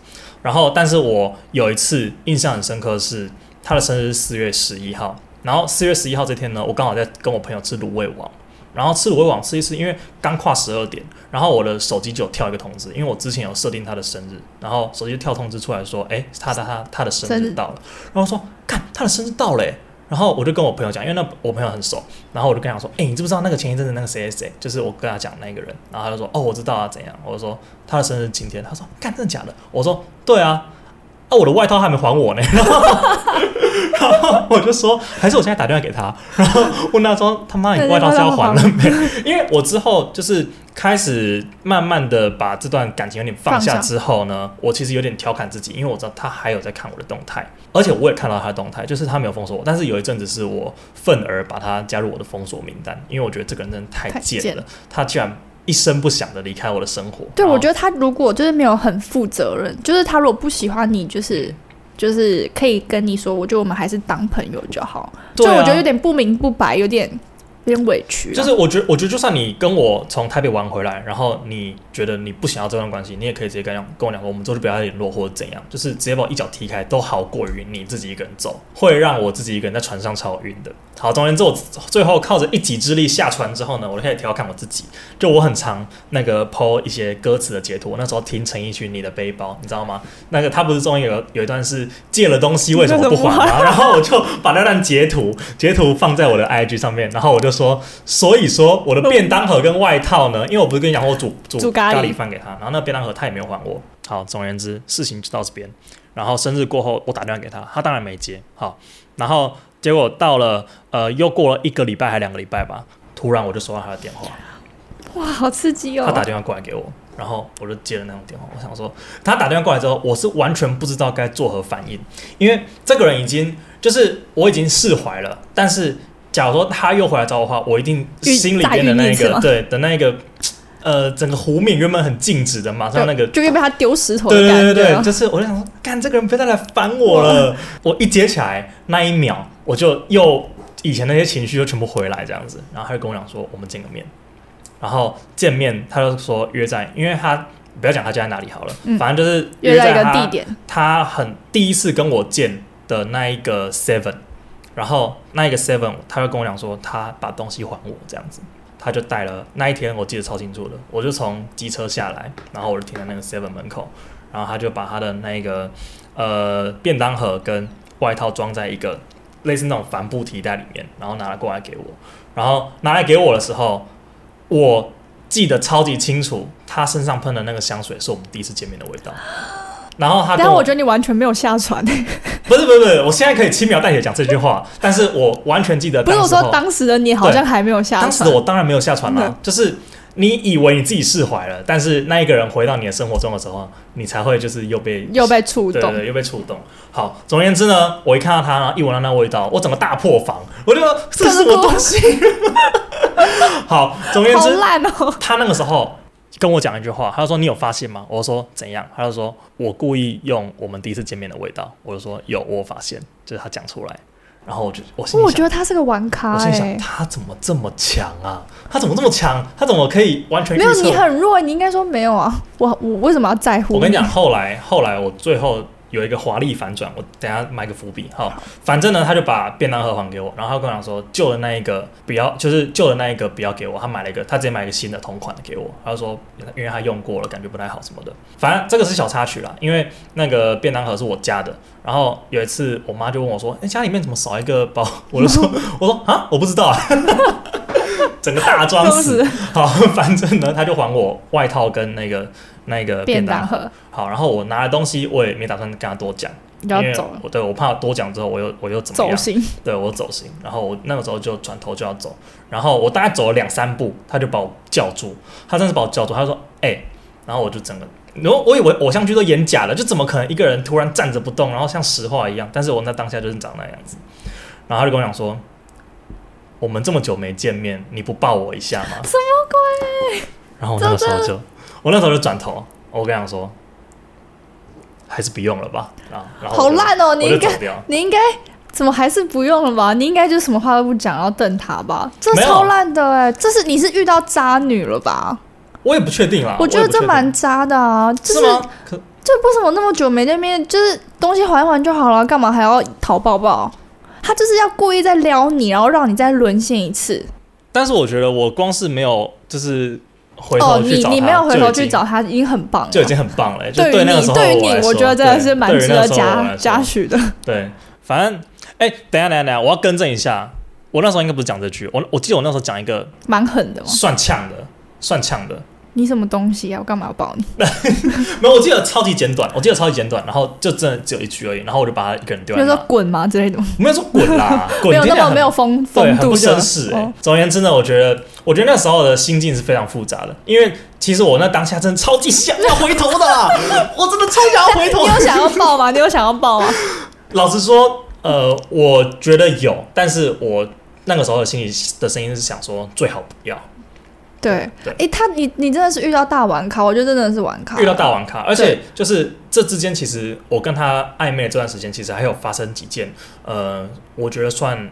[SPEAKER 1] 然后但是我有一次印象很深刻的是他的生日是四月十一号，然后四月十一号这天呢，我刚好在跟我朋友吃卤味王。然后吃卤味网吃一吃，因为刚跨十二点，然后我的手机就有跳一个通知，因为我之前有设定他的生日，然后手机就跳通知出来说，哎，他他他他的生
[SPEAKER 2] 生
[SPEAKER 1] 日
[SPEAKER 2] 日
[SPEAKER 1] 到了，然后我说，看他的生日到了、诶然后我就跟我朋友讲，因为那我朋友很熟，然后我就跟他说，哎，你知不知道那个前一阵子那个谁谁谁，就是我跟他讲那个人，然后他就说，哦，我知道啊，怎样？我就说他的生日今天，他说，干真的假的？我说，对啊，啊，我的外套还没还我呢。 然后，然后我就说，还是我现在打电话给他， 然后问他说，他妈，你外套是要 还了没？ 因为我之后就是开始慢慢的把这段感情有点放下
[SPEAKER 2] 放下
[SPEAKER 1] 之后呢，我其实有点调侃自己，因为我知道他还有在看我的动态，而且我也看到他的动态，就是他没有封锁我，但是有一阵子是我愤而把他加入我的封锁名单，因为我觉得这个人真的太
[SPEAKER 2] 太
[SPEAKER 1] 贱
[SPEAKER 2] 贱
[SPEAKER 1] 了，他居然一声不响的离开我的生活。
[SPEAKER 2] 对，
[SPEAKER 1] 然后
[SPEAKER 2] 我觉得他如果就是没有很负责任，就是他如果不喜欢你，就是就是可以跟你说，我觉得我们还是当朋友就好。
[SPEAKER 1] 对
[SPEAKER 2] 就
[SPEAKER 1] 啊
[SPEAKER 2] 我觉得有点不明不白，有点有点委屈啊、
[SPEAKER 1] 就是我觉得，我觉得就算你跟我从台北玩回来，然后你觉得你不想要这段关系，你也可以直接跟我讲跟我讲说，我们之后就不要联络或者怎样，就是直接把我一脚踢开都好过于你自己一个人走，会让我自己一个人在船上超晕的。好，总而言之，我最后靠着一己之力下船之后呢，我就开始调侃我自己，就我很常那个 PO 一些歌词的截图，我那时候听陈奕迅《你的背包》，你知道吗？那个他不是中间有有一段是借了东西为什么不
[SPEAKER 2] 啊
[SPEAKER 1] 还吗？然后我就把那段截图截图放在我的 IG 上面，然后我就说，所以说我的便当盒跟外套呢，因为我不是跟你讲过我煮煮
[SPEAKER 2] 煮咖喱
[SPEAKER 1] 喱饭给他，然后那个便当盒他也没有还我。好，总而言之，事情就到这边。然后生日过后，我打电话给他，他当然没接。好，然后结果到了呃，又过了一个礼拜还两个礼拜吧，突然我就收到他的电话，
[SPEAKER 2] 哇，好刺激
[SPEAKER 1] 他打
[SPEAKER 2] 哦！
[SPEAKER 1] 电话过来给我，然后我就接了那种电话。我想说，他打电话过来之后，我是完全不知道该作何反应，因为这个人已经就是我已经释怀了，但是假如说他又回来找我的话，我一定
[SPEAKER 2] 郁
[SPEAKER 1] 心里边的
[SPEAKER 2] 大
[SPEAKER 1] 那
[SPEAKER 2] 郁闷是
[SPEAKER 1] 个
[SPEAKER 2] 吗
[SPEAKER 1] 对的那个呃，整个湖面原本很静止的，马上那个
[SPEAKER 2] 就会被他丢石头的
[SPEAKER 1] 对
[SPEAKER 2] 感觉
[SPEAKER 1] 对
[SPEAKER 2] 啊。
[SPEAKER 1] 对对，就是我就想说，干这个人不要再来烦我了。我一接起来那一秒，我就又以前那些情绪就全部回来这样子，然后他就跟我讲说我们见个面，然后见面他就说约在，因为他不要讲他家在哪里好了，
[SPEAKER 2] 嗯
[SPEAKER 1] 反正就是
[SPEAKER 2] 约在一个
[SPEAKER 1] 他
[SPEAKER 2] 地点，
[SPEAKER 1] 他很第一次跟我见的那一个 Seven，然后那一个 Seven，他就跟我讲说他把东西还我这样子，他就带了那一天我记得超清楚的，我就从机车下来，然后我就停在那个 Seven 门口，然后他就把他的那个呃便当盒跟外套装在一个类似那种帆布提袋里面，然后拿了过来给我，然后拿来给我的时候，我。记得超级清楚，他身上喷的那个香水是我们第一次见面的味道。然后他跟
[SPEAKER 2] 但我觉得你完全没有下船，
[SPEAKER 1] 不是不是不是，我现在可以轻描淡写讲这句话，但是我完全记得
[SPEAKER 2] 不
[SPEAKER 1] 当
[SPEAKER 2] 是
[SPEAKER 1] 时
[SPEAKER 2] 我
[SPEAKER 1] 候。
[SPEAKER 2] 说当时嗯的你好像还没有下船。
[SPEAKER 1] 当时的我当然没有下船
[SPEAKER 2] 真
[SPEAKER 1] 啦
[SPEAKER 2] 的，
[SPEAKER 1] 就是你以为你自己释怀了，但是那一个人回到你的生活中的时候，你才会就是又被
[SPEAKER 2] 又被触
[SPEAKER 1] 对
[SPEAKER 2] 动
[SPEAKER 1] 对，对又被触动。好，总而言之呢，我一看到他，然后一闻到那味道，我整个大破防，我就说这是什么 东西？好，总而言
[SPEAKER 2] 好
[SPEAKER 1] 之，
[SPEAKER 2] 烂哦！
[SPEAKER 1] 他那个时候跟我讲一句话，他就说你有发现吗？我说怎样？他就说我故意用我们第一次见面的味道。我就说有，我有发现，就是他讲出来。然后我就我心里
[SPEAKER 2] 我
[SPEAKER 1] 想，
[SPEAKER 2] 觉得他是个玩咖
[SPEAKER 1] 我心
[SPEAKER 2] 哎、
[SPEAKER 1] 里想他怎么这么强啊？他怎么这么强？他怎么可以完全预
[SPEAKER 2] 没有，
[SPEAKER 1] 测
[SPEAKER 2] 你很弱，你应该说没有啊。我我为什么要在乎？
[SPEAKER 1] 我跟你讲，，后来后来我最后有一个华丽反转，我等一下埋个伏笔。好，反正呢，他就把便当盒还给我，然后他跟我讲说，旧的那一个不要，就是旧的那一个不要给我，他买了一个，他直接买一个新的同款的给我。他就说，因为他用过了，感觉不太好什么的。反正这个是小插曲啦，因为那个便当盒是我家的。然后有一次，我妈就问我说，哎、家里面怎么少一个包？我就说，我说啊，我不知道啊。 整个大装死好，
[SPEAKER 2] 装。
[SPEAKER 1] 反正呢，他就还我外套跟那个那个便
[SPEAKER 2] 便当
[SPEAKER 1] 当盒。
[SPEAKER 2] 盒，
[SPEAKER 1] 好，然后我拿了东西，我也没打算跟他多讲，
[SPEAKER 2] 你
[SPEAKER 1] 因
[SPEAKER 2] 要
[SPEAKER 1] 为
[SPEAKER 2] 走了，
[SPEAKER 1] 我对我怕多讲之后我又我又怎么
[SPEAKER 2] 走
[SPEAKER 1] 样？
[SPEAKER 2] 心，
[SPEAKER 1] 对我走心，然后我那个时候就转头就要走，然后我大概走了两三步，他就把我叫住，他真的是把我叫住，他就说：“哎、然后我就整个，然后我以为偶像剧都演假了，就怎么可能一个人突然站着不动，然后像石化一样？但是我那当下就是长那样子，然后他就跟我讲说：“我们这么久没见面，你不抱我一下吗？”
[SPEAKER 2] 什么鬼？
[SPEAKER 1] 然后我那个时候就，我那时候就转头，我跟他讲说：“还是不用了吧。”然后，然后我
[SPEAKER 2] 好
[SPEAKER 1] 就
[SPEAKER 2] 烂哦！你
[SPEAKER 1] 我就
[SPEAKER 2] 应
[SPEAKER 1] 走
[SPEAKER 2] 该，
[SPEAKER 1] 掉。
[SPEAKER 2] 你应该怎么还是不用了吧？你应该就什么话都不讲，然后瞪他吧？这
[SPEAKER 1] 没有
[SPEAKER 2] 超烂的哎、这是你是遇到渣女了吧？
[SPEAKER 1] 啊我也不确定啦，
[SPEAKER 2] 我觉得
[SPEAKER 1] 也不确
[SPEAKER 2] 这
[SPEAKER 1] 定
[SPEAKER 2] 蛮渣的啊！就是
[SPEAKER 1] 是吗？可
[SPEAKER 2] 这为什么那么久没见面？就是东西还一还就好了，干嘛还要讨抱抱？他就是要故意在撩你，然后让你再沦陷一次。
[SPEAKER 1] 但是我觉得我光是没有就是回
[SPEAKER 2] 哦，
[SPEAKER 1] 头去
[SPEAKER 2] 你
[SPEAKER 1] 找他，
[SPEAKER 2] 你没有回头去
[SPEAKER 1] 就已经
[SPEAKER 2] 找他，已经很棒了。
[SPEAKER 1] 就已经很棒了、就
[SPEAKER 2] 对于
[SPEAKER 1] 那个
[SPEAKER 2] 你，
[SPEAKER 1] 时候
[SPEAKER 2] 对于
[SPEAKER 1] 我来
[SPEAKER 2] 你，
[SPEAKER 1] 说
[SPEAKER 2] 我觉得真的是蛮
[SPEAKER 1] 对
[SPEAKER 2] 值得。
[SPEAKER 1] 对于那个时候我
[SPEAKER 2] 嘉
[SPEAKER 1] 来说
[SPEAKER 2] 嘉许的。
[SPEAKER 1] 对，反正哎、等一下等一下等一下，我要更正一下，我那时候应该不是讲这句，我我记得我那时候讲一个
[SPEAKER 2] 蛮狠的嘛。
[SPEAKER 1] 算呛的，算呛的，
[SPEAKER 2] 你什么东西啊？我干嘛要抱你？
[SPEAKER 1] 没有，我记得超级简短，我记得超级简短，然后就真的只有一句而已，然后我就把他一个人丢
[SPEAKER 2] 就
[SPEAKER 1] 在
[SPEAKER 2] 是说
[SPEAKER 1] 那，
[SPEAKER 2] 滚嘛之类的吗，
[SPEAKER 1] 没有说滚啦，滚
[SPEAKER 2] 没有
[SPEAKER 1] 听
[SPEAKER 2] 那
[SPEAKER 1] 起来
[SPEAKER 2] 么
[SPEAKER 1] 很
[SPEAKER 2] 没有风
[SPEAKER 1] 对，
[SPEAKER 2] 风
[SPEAKER 1] 很
[SPEAKER 2] 度
[SPEAKER 1] 不
[SPEAKER 2] 的
[SPEAKER 1] 绅。士哎、
[SPEAKER 2] 哦
[SPEAKER 1] 总而言之呢，我觉得，我觉得那时候的心境是非常复杂的，因为其实我那当下真的超级想要回头的 啦，我真的超想要回头
[SPEAKER 2] 你。有想要抱吗？你有想要抱吗？
[SPEAKER 1] 老实说，呃，我觉得有，但是我那个时候的心里的声音是想说，最好不要
[SPEAKER 2] 对
[SPEAKER 1] 对，
[SPEAKER 2] 哎，他你你真的是遇到大玩咖，我觉得真的是玩咖。
[SPEAKER 1] 遇到大网咖，而且就是这之间，其实我跟他暧昧的这段时间，其实还有发生几件，呃，我觉得算。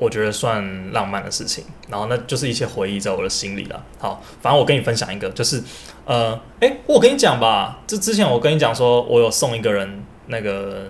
[SPEAKER 1] 我觉得算浪漫的事情，然后那就是一些回忆在我的心里了。好，反正我跟你分享一个，就是呃，哎、我跟你讲吧，这之前我跟你讲说，我有送一个人那个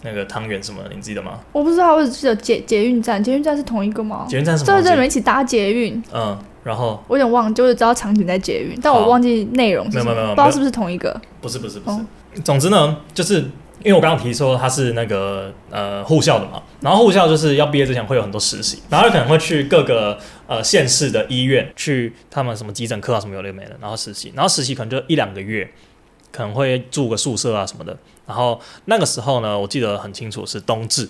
[SPEAKER 1] 那个汤圆什么的，你记得吗？
[SPEAKER 2] 我不知道，我只记得捷捷运站，捷运站是同哦一个吗？
[SPEAKER 1] 捷运站什么
[SPEAKER 2] 对
[SPEAKER 1] 东西？
[SPEAKER 2] 对，你们一起搭捷运，
[SPEAKER 1] 嗯，然后
[SPEAKER 2] 我有点忘记，我只知道场景在捷运，但
[SPEAKER 1] 好
[SPEAKER 2] 我忘记内容是什么，
[SPEAKER 1] 没有没有没有
[SPEAKER 2] 不知道是不是同一个。
[SPEAKER 1] 不是不是不是，
[SPEAKER 2] 哦
[SPEAKER 1] 总之呢，就是因为我刚刚提说他是那个呃护校的嘛，然后护校就是要毕业之前会有很多实习，然后他可能会去各个呃县市的医院去他们什么急诊科啊什么有的没的，然后实习，然后实习可能就一两个月，可能会住个宿舍啊什么的。然后那个时候呢，我记得很清楚是冬至。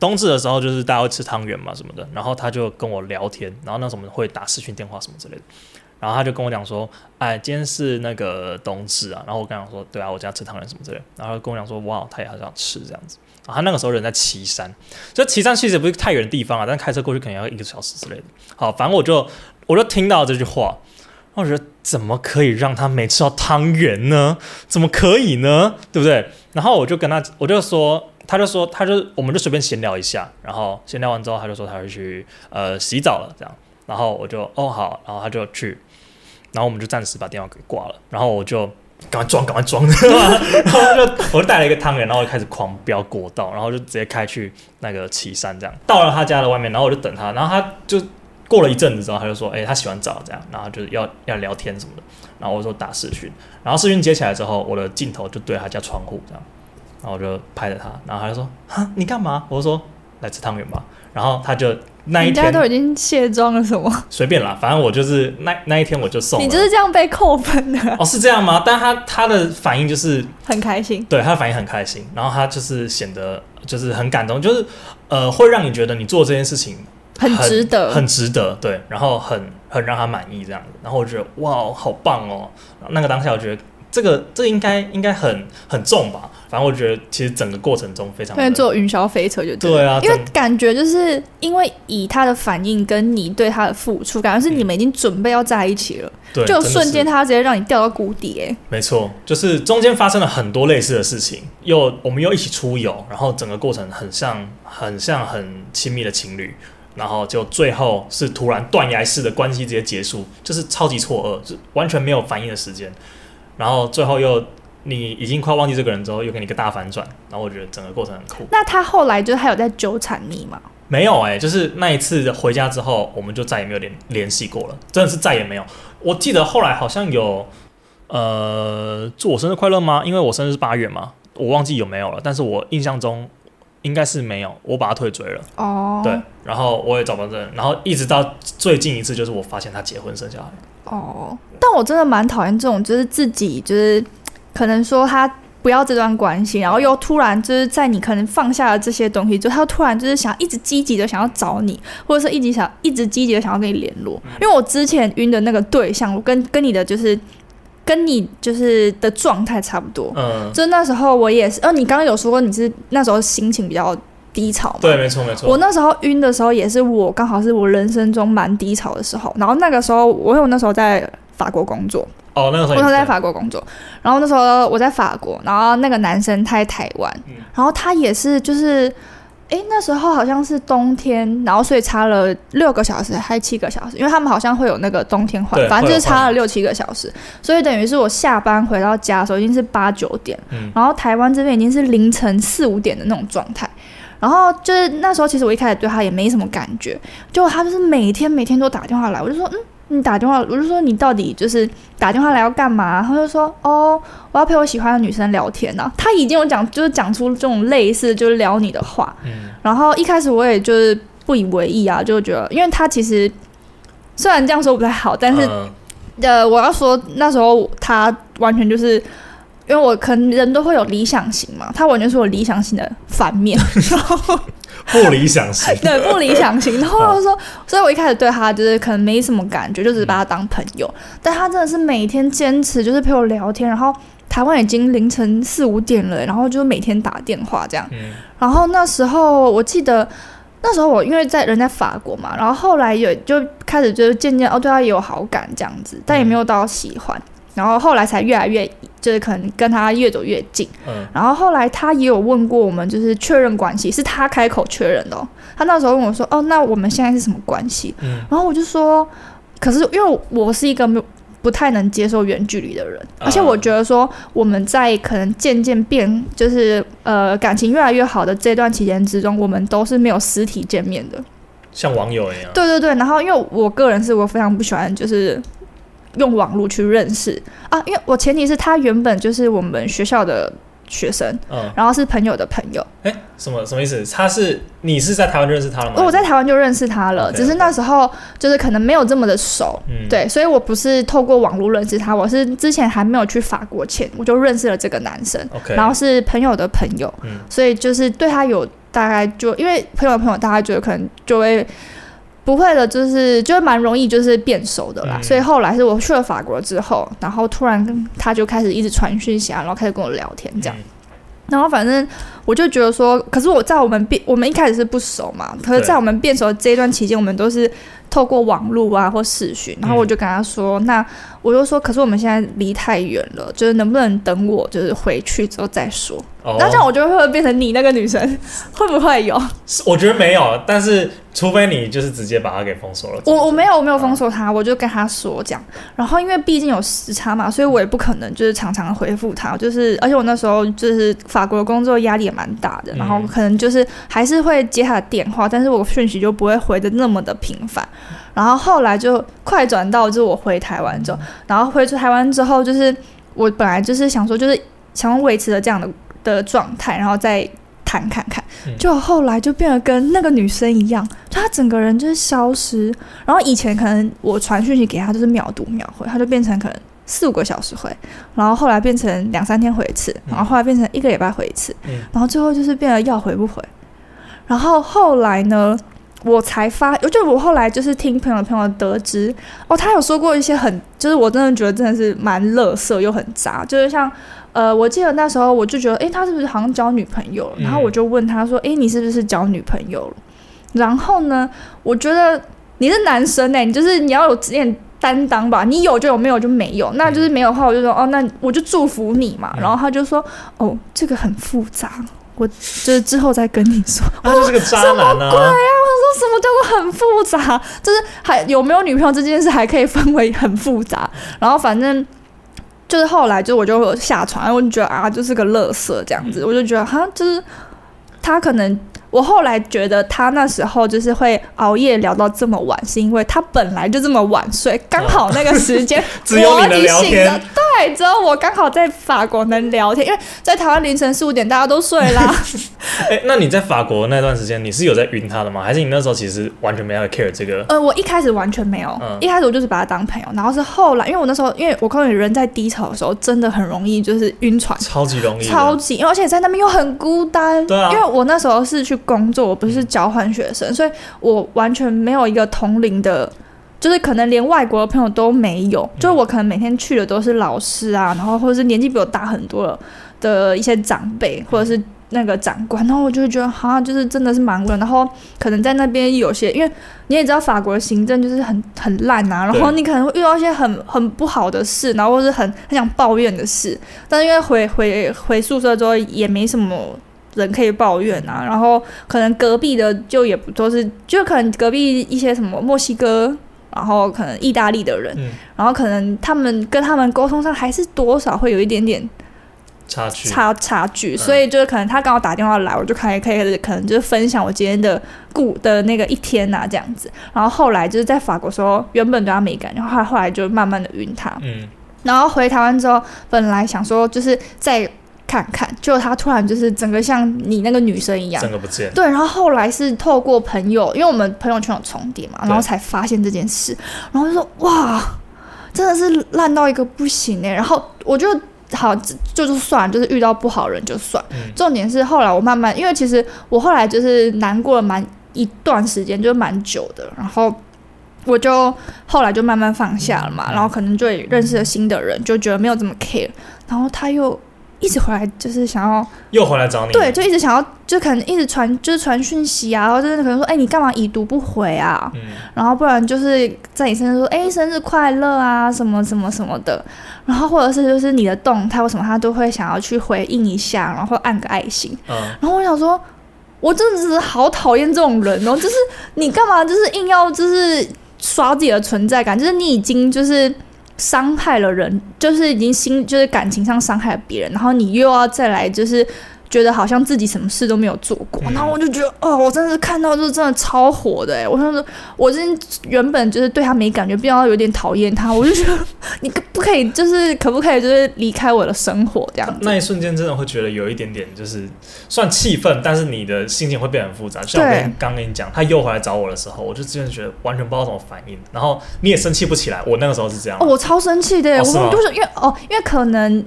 [SPEAKER 1] 冬至的时候就是大家会吃汤圆嘛什么的，然后他就跟我聊天，然后那时候我们会打视讯电话什么之类的，然后他就跟我讲说，哎，今天是那个冬至啊，然后我跟他讲说，对啊，我家吃汤圆什么之类的，然后他跟我讲说，哇，他也很想吃这样子。然后他那个时候人在岐山，就岐山其实也不是太远的地方啊，但开车过去可能要一个小时之类的。好，反正我就我就听到这句话，然后我觉得怎么可以让他没吃到汤圆呢？怎么可以呢？对不对？然后我就跟他，我就说。他就说，他就我们就随便闲聊一下，然后闲聊完之后，他就说他要去呃洗澡了，这样，然后我就哦好，然后他就去，然后我们就暂时把电话给挂了，然后我就赶快装，赶快装， 然后就我就带了一个汤圆，然后就开始狂飙国道，然后就直接开去那个岐山，这样到了他家的外面，然后我就等他，然后他就过了一阵子之后，他就说，哎、他洗完澡这样，然后就是要要聊天什么的，然后我说打视讯，然后视讯接起来之后，我的镜头就对他家窗户这样，然后我就拍着他，然后他就说，哈，你干嘛？我就说来吃汤圆吧，然后他就那一
[SPEAKER 2] 人家
[SPEAKER 1] 天
[SPEAKER 2] 都已经卸妆了什么？
[SPEAKER 1] 随便啦，反正我就是那那一天我就送了
[SPEAKER 2] 你就是这样被扣分的，
[SPEAKER 1] 哦，是这样吗？但他他的反应就是，
[SPEAKER 2] 很开心。
[SPEAKER 1] 对他的反应很开心，然后他就是显得就是很感动，就是呃，会让你觉得你做这件事情
[SPEAKER 2] 很值得
[SPEAKER 1] 很值得，对，然后很很让他满意这样子，然后我觉得哇，好棒哦！那个当下我觉得这个这个应该应该很很重吧，反正我觉得其实整个过程中非常
[SPEAKER 2] 因为
[SPEAKER 1] 的
[SPEAKER 2] 坐云霄飞车就对了
[SPEAKER 1] 对啊，
[SPEAKER 2] 因为
[SPEAKER 1] 整
[SPEAKER 2] 感觉就是因为以他的反应跟你对他的付出，感觉是你们已经准备要在一起了，
[SPEAKER 1] 嗯对
[SPEAKER 2] 就
[SPEAKER 1] 真的
[SPEAKER 2] 瞬
[SPEAKER 1] 是
[SPEAKER 2] 间他直接让你掉到谷底、欸，
[SPEAKER 1] 没错，就是中间发生了很多类似的事情，又我们又一起出游，然后整个过程很像很像很亲密的情侣，然后就最后是突然断崖式的关系直接结束，就是超级错愕，就完全没有反应的时间，然后最后又你已经快忘记这个人之后，又给你一个大反转，然后我觉得整个过程很酷。
[SPEAKER 2] 那他后来就是还有在纠缠你嘛？
[SPEAKER 1] 没有哎、就是那一次回家之后，我们就再也没有联联系过了，真的是再也没有。我记得后来好像有，呃，祝我生日快乐吗？因为我生日是八月嘛，我忘记有没有了。但是我印象中，应该是没有，我把他退追了。
[SPEAKER 3] 哦，
[SPEAKER 1] 对，，然后我也找不到人，然后一直到最近一次，就是我发现他结婚生小孩。
[SPEAKER 3] 哦，
[SPEAKER 2] 但我真的蛮讨厌这种，就是自己就是可能说他不要这段关系，然后又突然就是在你可能放下了这些东西之后，他突然就是想一直积极的想要找你，或者是一直想一直积极的想要跟你联络。因为我之前晕的那个对象，我跟跟你的就是跟你就是的状态差不多，
[SPEAKER 1] 嗯，
[SPEAKER 2] 就那时候我也是，呃，你刚刚有说过你是那时候心情比较低潮嘛？
[SPEAKER 1] 对，没啊错没错
[SPEAKER 2] 我。那时候晕的时候，也是我刚好是我人生中蛮低潮的时候。然后那个时候，我因为我那时候在法国工作，
[SPEAKER 1] 哦，那个时候
[SPEAKER 2] 我
[SPEAKER 1] 也是
[SPEAKER 2] 那时候
[SPEAKER 1] 这
[SPEAKER 2] 在
[SPEAKER 1] 样
[SPEAKER 2] 法国工作，然后那时候我在法国，然后那个男生他在台湾，
[SPEAKER 1] 嗯
[SPEAKER 2] 然后他也是就是，诶，那时候好像是冬天，然后所以差了六个小时还七个小时，因为他们好像会有那个冬天换
[SPEAKER 1] 对，
[SPEAKER 2] 反正
[SPEAKER 1] 会
[SPEAKER 2] 就
[SPEAKER 1] 有
[SPEAKER 2] 是差
[SPEAKER 1] 换
[SPEAKER 2] 了六七个小时，所以等于是我下班回到家的时候已经是八九点，
[SPEAKER 1] 嗯
[SPEAKER 2] 然后台湾这边已经是凌晨四五点的那种状态。然后就是那时候，其实我一开始对他也没什么感觉，结果他就是每天每天都打电话来，我就说，嗯，你打电话，我就说嗯你到底就是打电话来要干嘛？他就说，哦，我要陪我喜欢的女生聊天呐、啊。他已经有讲，就是讲出这种类似就是聊你的话，
[SPEAKER 1] 嗯，
[SPEAKER 2] 然后一开始我也就是不以为意啊，就觉得，因为他其实虽然这样说不太好，但是
[SPEAKER 1] 嗯
[SPEAKER 2] 呃，我要说那时候他完全就是，因为我可能人都会有理想型嘛，他完全是我理想型的反面， 然后。
[SPEAKER 1] 不理想型
[SPEAKER 2] 对不理想型，然后我就说，所以我一开始对他就是可能没什么感觉，就只是把他当朋友，但他真的是每天坚持就是陪我聊天，然后台湾已经凌晨四五点了，然后就每天打电话这样。
[SPEAKER 1] 嗯
[SPEAKER 2] 然后那时候我记得，那时候我因为在人在法国嘛，然后后来有就开始就是渐渐哦对他也有好感这样子，但也没有到喜欢。然后后来才越来越就是可能跟他越走越近。
[SPEAKER 1] 嗯，
[SPEAKER 2] 然后后来他也有问过我们，就是确认关系，是他开口确认的、哦。他那时候问我说：“哦，那我们现在是什么关系？”
[SPEAKER 1] 嗯
[SPEAKER 2] 然后我就说：“可是因为我是一个没有不太能接受远距离的人，
[SPEAKER 1] 啊
[SPEAKER 2] 而且我觉得说我们在可能渐渐变，就是呃感情越来越好的这段期间之中，我们都是没有实体见面的。
[SPEAKER 1] 像网友一样。
[SPEAKER 2] 对对对，然后因为我个人是我非常不喜欢就是用网络去认识啊，因为我前提是他原本就是我们学校的学生。”
[SPEAKER 1] 嗯，
[SPEAKER 2] 然后是朋友的朋友，
[SPEAKER 1] 哎，什么什么意思？他是你是在台湾认识他了吗？
[SPEAKER 2] 哦我在台湾就认识他了，
[SPEAKER 1] OK，OK
[SPEAKER 2] 只是那时候就是可能没有这么的熟，
[SPEAKER 1] 嗯，
[SPEAKER 2] 对，所以我不是透过网络认识他，我是之前还没有去法国前我就认识了这个男生，
[SPEAKER 1] ，OK，
[SPEAKER 2] 然后是朋友的朋友，
[SPEAKER 1] 嗯
[SPEAKER 2] 所以就是对他有大概就因为朋友的朋友，大概就可能就会不会的，就是就会蛮容易就是变熟的啦。
[SPEAKER 1] 嗯
[SPEAKER 2] 所以后来是我去了法国之后，然后突然跟他就开始一直传讯息啊，然后开始跟我聊天这样。
[SPEAKER 1] 嗯
[SPEAKER 2] 然后反正我就觉得说，可是我在我们变，我们一开始是不熟嘛，可是
[SPEAKER 1] 对
[SPEAKER 2] 在我们变熟这一段期间，我们都是透过网络啊或视
[SPEAKER 1] 嗯
[SPEAKER 2] 讯，然后我就跟他说，那我就说，可是我们现在离太远了，就是能不能等我就是回去之后再说？
[SPEAKER 1] 哦，
[SPEAKER 2] 那这样我就会不会变成你那个女生？ 会不会有？
[SPEAKER 1] 是我觉得没有，但是除非你就是直接把他给封锁了。
[SPEAKER 2] 我我没有我没有封锁他，我就跟他说这样。然后因为毕竟有时差嘛，所以我也不可能就是常常回复他。就是而且我那时候就是法国工作压力也蛮大的，
[SPEAKER 1] 嗯
[SPEAKER 2] 然后可能就是还是会接他的电话，但是我讯息就不会回的那么的频繁。然后后来就快转到就是我回台湾
[SPEAKER 1] 嗯
[SPEAKER 2] 之后，然后回去台湾之后，就是我本来就是想说就是想维持着这样的的状态，然后再谈看看
[SPEAKER 1] 嗯。
[SPEAKER 2] 就后来就变得跟那个女生一样，就她整个人就是消失。然后以前可能我传讯息给她就是秒读秒回，她就变成可能四五个小时回，然后后来变成两三天回一次，
[SPEAKER 1] 嗯
[SPEAKER 2] 然后后来变成一个礼拜回一次，
[SPEAKER 1] 嗯
[SPEAKER 2] 然后最后就是变得要回不回。然后后来呢，我才发，我就我后来就是听朋友的朋友得知，哦，他有说过一些很，就是我真的觉得真的是蛮乐色又很渣，就是像。呃，我记得那时候我就觉得，诶，他是不是好像交女朋友了？
[SPEAKER 1] 嗯
[SPEAKER 2] 然后我就问他说，诶，你是不是交女朋友了？然后呢，我觉得你是男生哎、你就是你要有职业担当吧，你有就有，没有就没有。那就是没有的话，我就说哦，那我就祝福你嘛。
[SPEAKER 1] 嗯
[SPEAKER 2] 然后他就说哦，这个很复杂，我就是之后再跟你说。
[SPEAKER 1] 他就是个渣男啊！
[SPEAKER 2] 说什么叫做很复杂？就是还有没有女朋友这件事还可以分为很复杂。然后反正就是后来就我就
[SPEAKER 1] 嗯
[SPEAKER 2] 下船，我就觉得啊，就是个乐色这样子，我就觉得哈，就是他可能我后来觉得他那时候就是会熬夜聊到这么晚，是因为他本来就这么晚睡，刚好那个时间
[SPEAKER 1] 只有你
[SPEAKER 2] 我
[SPEAKER 1] 能
[SPEAKER 2] 已
[SPEAKER 1] 聊
[SPEAKER 2] 醒
[SPEAKER 1] 天
[SPEAKER 2] 了，对，只有我刚好在法国能聊天，因为在台湾凌晨四五点大家都睡啦。
[SPEAKER 1] 哎、那你在法国那段时间，你是有在晕他的吗？还是你那时候其实完全没有 care 这个？
[SPEAKER 2] 呃，我一开始完全没有，
[SPEAKER 1] 嗯
[SPEAKER 2] 一开始我就是把他当朋友，然后是后来，因为我那时候，因为我告诉你，人在低潮的时候真的很容易就是晕船，
[SPEAKER 1] 超级容易的，
[SPEAKER 2] 超级，因为而且在那边又很孤单。
[SPEAKER 1] 对啊嗯
[SPEAKER 2] 因为我那时候是去工作，我不是交换学生，所以我完全没有一个同龄的，就是可能连外国的朋友都没有。
[SPEAKER 1] 嗯
[SPEAKER 2] 就是我可能每天去的都是老师啊，然后或者是年纪比我大很多的的一些长辈，或
[SPEAKER 1] 嗯
[SPEAKER 2] 者是。那个长官，然后我就会觉得，哈，就是真的是蛮无聊。然后可能在那边有些，因为你也知道法国的行政就是很很烂啊，然
[SPEAKER 1] 对
[SPEAKER 2] 后你可能会遇到一些很很不好的事，然后或是很很想抱怨的事。但是因为回回回宿舍之后也没什么人可以抱怨啊，然后可能隔壁的就也不都是，就可能隔壁一些什么墨西哥，然后可能意大利的人，
[SPEAKER 1] 嗯
[SPEAKER 2] 然后可能他们跟他们沟通上还是多少会有一点点
[SPEAKER 1] 差距，
[SPEAKER 2] 差差距，
[SPEAKER 1] 嗯
[SPEAKER 2] 所以就是可能他刚好打电话来，我就可以可以可能就是分享我今天的故的那个一天呐、这样子。然后后来就是在法国时候，原本对他没感觉，然后后来就慢慢的晕他，
[SPEAKER 1] 嗯，
[SPEAKER 2] 然后回台湾之后，本来想说就是再看看，结果他突然就是整个像你那个女生一样
[SPEAKER 1] 整。个不见，
[SPEAKER 2] 对，然后后来是透过朋友，因为我们朋友圈有重叠嘛，然后
[SPEAKER 1] 对
[SPEAKER 2] 才发现这件事，然后就说哇，真的是烂到一个不行哎、然后我就好，这就是算了，就是遇到不好人就算。
[SPEAKER 1] 嗯
[SPEAKER 2] 重点是后来我慢慢，因为其实我后来就是难过了蛮一段时间，就是蛮久的，然后我就后来就慢慢放下了嘛，然后可能就也认识了新的人，就觉得没有这么 care，然后他又一直回来，就是想要
[SPEAKER 1] 又回来找你，
[SPEAKER 2] 对，，就一直想要，就可能一直传，就是传讯息啊，然后就是可能说，哎、你干嘛已读不回啊？
[SPEAKER 1] 嗯，
[SPEAKER 2] 然后不然就是在你身上说，哎、生日快乐啊，什么什么什么的，然后或者是就是你的动态或什么，他都会想要去回应一下，然后按个爱心。
[SPEAKER 1] 嗯，
[SPEAKER 2] 然后我想说，我真的是好讨厌这种人哦，就是你干嘛就是硬要就是刷自己的存在感，就是你已经就是。伤害了人，就是已经心就是感情上伤害了别人，然后你又要再来，就是觉得好像自己什么事都没有做过，
[SPEAKER 1] 嗯
[SPEAKER 2] 然后我就觉得，哦，我真的是看到就是真的超火的哎，我想说，我真原本就是对他没感觉，变到有点讨厌他，我就觉得 你可不可以就是可不可以就是离开我的生活这样子？
[SPEAKER 1] 那一瞬间真的会觉得有一点点就是算气愤，但是你的心情会变得很复杂。就像我跟刚跟你讲，他又回来找我的时候，我就真的觉得完全不知道怎么反应，然后你也生气不起来。我那个时候是这样啊，
[SPEAKER 2] 哦，我超生气的耶，
[SPEAKER 1] 哦是吗
[SPEAKER 2] 我就是因为哦，因为可能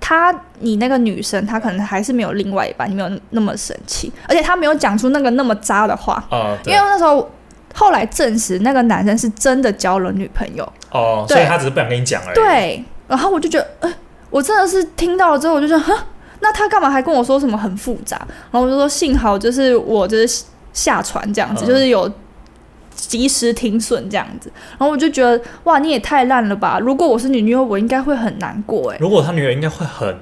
[SPEAKER 2] 他你那个女生，她可能还是没有另外一半，你没有那么生气，而且她没有讲出那个那么渣的话，
[SPEAKER 1] 啊、
[SPEAKER 2] 因
[SPEAKER 1] 对
[SPEAKER 2] 为那时候。后来证实，那个男生是真的交了女朋友。
[SPEAKER 1] 哦，所以
[SPEAKER 2] 对
[SPEAKER 1] 他只是不想跟你讲而已。，
[SPEAKER 2] 对，然后我就觉得，呃，我真的是听到了之后，我就觉得，哈，那他干嘛还跟我说什么很复杂？然后我就说，幸好就是我就是下船这样子，
[SPEAKER 1] 嗯
[SPEAKER 2] 就是有及时停损这样子。然后我就觉得，哇，你也太烂了吧！如果我是你女友，我应该会很难过哎、
[SPEAKER 1] 如果他女儿应该会很，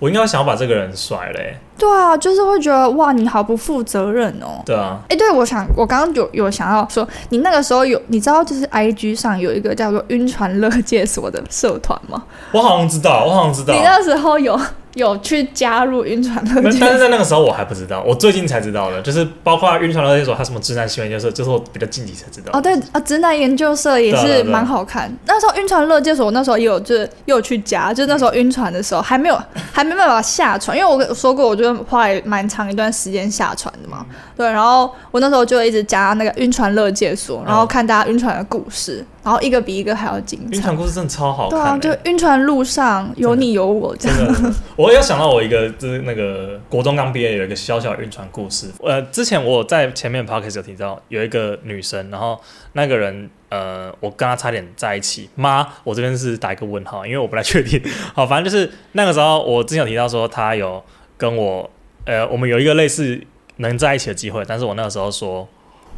[SPEAKER 1] 我应该会想要把这个人甩嘞、
[SPEAKER 2] 对啊，就是会觉得，哇，你好不负责任哦。
[SPEAKER 1] 对啊，
[SPEAKER 2] 哎，对，我想我刚刚有有想要说，你那个时候有你知道就是 I G 上有一个叫做“晕船乐界所”的社团吗？
[SPEAKER 1] 我好像知道，我好像知道
[SPEAKER 2] 你。那时候有有去加入晕船乐
[SPEAKER 1] 没
[SPEAKER 2] 界
[SPEAKER 1] 但是在那个时候我还不知道，我最近才知道的，就是包括晕船的那所，还有什么直男行为就是，就是我比较近期才知道。
[SPEAKER 2] 哦，对啊，直男研究社也
[SPEAKER 1] 对啊对啊
[SPEAKER 2] 是
[SPEAKER 1] 对啊
[SPEAKER 2] 蛮好看。那时候晕船乐界所，我那时候也有就是也有去加，就是那时候晕船的时候还没有 还没办法下船，因为我跟我说过，我就花了蛮长一段时间下船的
[SPEAKER 1] 嗯
[SPEAKER 2] 嘛。对，然后我那时候就一直加那个晕船乐界所，然后
[SPEAKER 1] 嗯
[SPEAKER 2] 看大家晕船的故事，然后一个比一个还要精
[SPEAKER 1] 晕
[SPEAKER 2] 彩
[SPEAKER 1] 船。故事真的超好
[SPEAKER 2] 对
[SPEAKER 1] 看、
[SPEAKER 2] 啊，
[SPEAKER 1] 欸，
[SPEAKER 2] 就晕船路上有你有我这
[SPEAKER 1] 真
[SPEAKER 2] 样。
[SPEAKER 1] 的，真的我有想到我一个就是那个国中刚毕业有一个小小的晕船故事。呃，之前我在前面 podcast 有提到有一个女生，然后那个人呃，我跟她差点在一起。妈，我这边是打一个问号，因为我不太确定。好，反正就是那个时候我之前有提到说她有跟我呃，我们有一个类似能在一起的机会，但是我那个时候说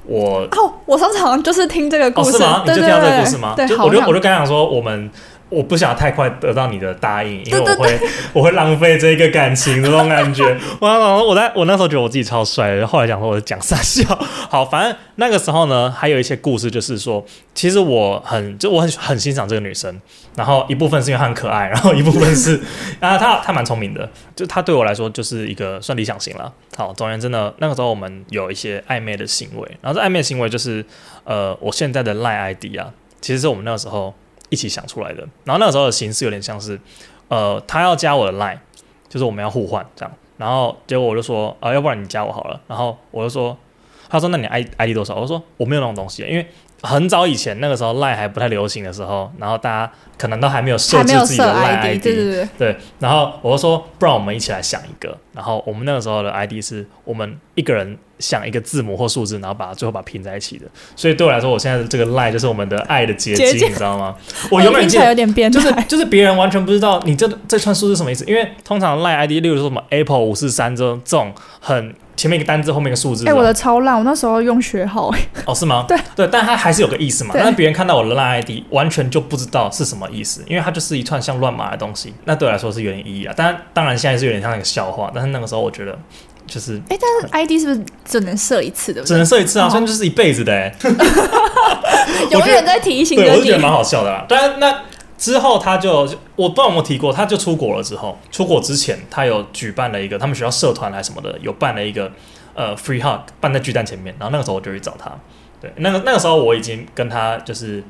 [SPEAKER 1] 我
[SPEAKER 2] 哦，我上次好像就是听这个故
[SPEAKER 1] 哦，
[SPEAKER 2] 事，
[SPEAKER 1] 是吗？你
[SPEAKER 2] 对
[SPEAKER 1] 就听
[SPEAKER 2] 对
[SPEAKER 1] 到这个
[SPEAKER 2] 对
[SPEAKER 1] 故事吗？
[SPEAKER 2] 对，
[SPEAKER 1] 就
[SPEAKER 2] 好
[SPEAKER 1] 我就
[SPEAKER 2] 像
[SPEAKER 1] 我就跟他讲说，我们我不想太快得到你的答应，因为我会 我会浪费这个感情的那种感觉。我我我在我那时候觉得我自己超帅的，然后后来想说我是讲傻笑。好，反正那个时候呢，还有一些故事，就是说，其实我很就我很很欣赏这个女生，然后一部分是因为她很可爱，然后一部分是 啊她她蛮聪明的，就她对我来说就是一个算理想型了。好，总而言之呢，那个时候我们有一些暧昧的行为，然后这暧昧的行为就是呃我现在的赖 ID 啊，其实是我们那个时候。一起想出来的。然后那个时候的形式有点像是，呃，他要加我的 line，就是我们要互换这样。然后结果我就说，啊、呃，要不然你加我好了。然后我就说，他说那你 i i d 多少？我说我没有那种东西，因为很早以前那个时候 line 还不太流行的时候，然后大家可能都还没有设
[SPEAKER 2] 还没
[SPEAKER 1] 置
[SPEAKER 2] 有
[SPEAKER 1] 自己
[SPEAKER 2] 设
[SPEAKER 1] 的 line
[SPEAKER 2] ID，对对对，
[SPEAKER 1] 对，然后我就说，不然我们一起来想一个。然后我们那个时候的 ID 是我们一个人想一个字母或数字，然后把它最后把它拼在一起的。所以对我来说，我现在的这个 line 就是我们的爱的结
[SPEAKER 2] 结
[SPEAKER 1] 晶，
[SPEAKER 2] 晶哦
[SPEAKER 1] 你知道吗？我永远
[SPEAKER 2] 听
[SPEAKER 1] 记
[SPEAKER 2] 起来
[SPEAKER 1] 得
[SPEAKER 2] 有点变态，
[SPEAKER 1] 就是就是别人完全不知道你这这串数是什么意思，因为通常赖 ID，例如说什么 Apple 五四三这种这种很前面一个单字后面一个数字，
[SPEAKER 2] 哎，我的超烂，我那时候用学号，哎
[SPEAKER 1] 哦是吗？
[SPEAKER 2] 对
[SPEAKER 1] 对，但它还是有个意思嘛。
[SPEAKER 2] 对
[SPEAKER 1] 但是别人看到我的赖 ID，完全就不知道是什么意思，因为它就是一串像乱码的东西，那对我来说是有点意义啊。当然当然现在是有点像一个笑话，但是那个时候我觉得就是
[SPEAKER 2] 哎，但是 ID 是不是只能设一次，对不
[SPEAKER 1] 只
[SPEAKER 2] 对？
[SPEAKER 1] 能设一次啊，
[SPEAKER 2] 哦
[SPEAKER 1] 所以就是一辈子的、欸。我
[SPEAKER 2] 永
[SPEAKER 1] 觉得
[SPEAKER 2] 远在提醒
[SPEAKER 1] 对，
[SPEAKER 2] 着
[SPEAKER 1] 我是
[SPEAKER 2] 你
[SPEAKER 1] 觉得，蛮好笑的啦。当然，那之后他就我不知道有没有提过，他就出国了之后，出国之前他有举办了一个他们学校社团还是什么的，有办了一个呃 free hug，办在巨蛋前面。然后那个时候我就去找他，对，那个那个时候我已经跟他就是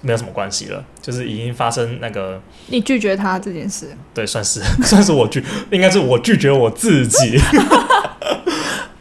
[SPEAKER 1] 没有什么关系了，就是已经发生那个
[SPEAKER 2] 你拒绝他这件事，
[SPEAKER 1] 对，算是 算是我拒，应该是我拒绝我自己。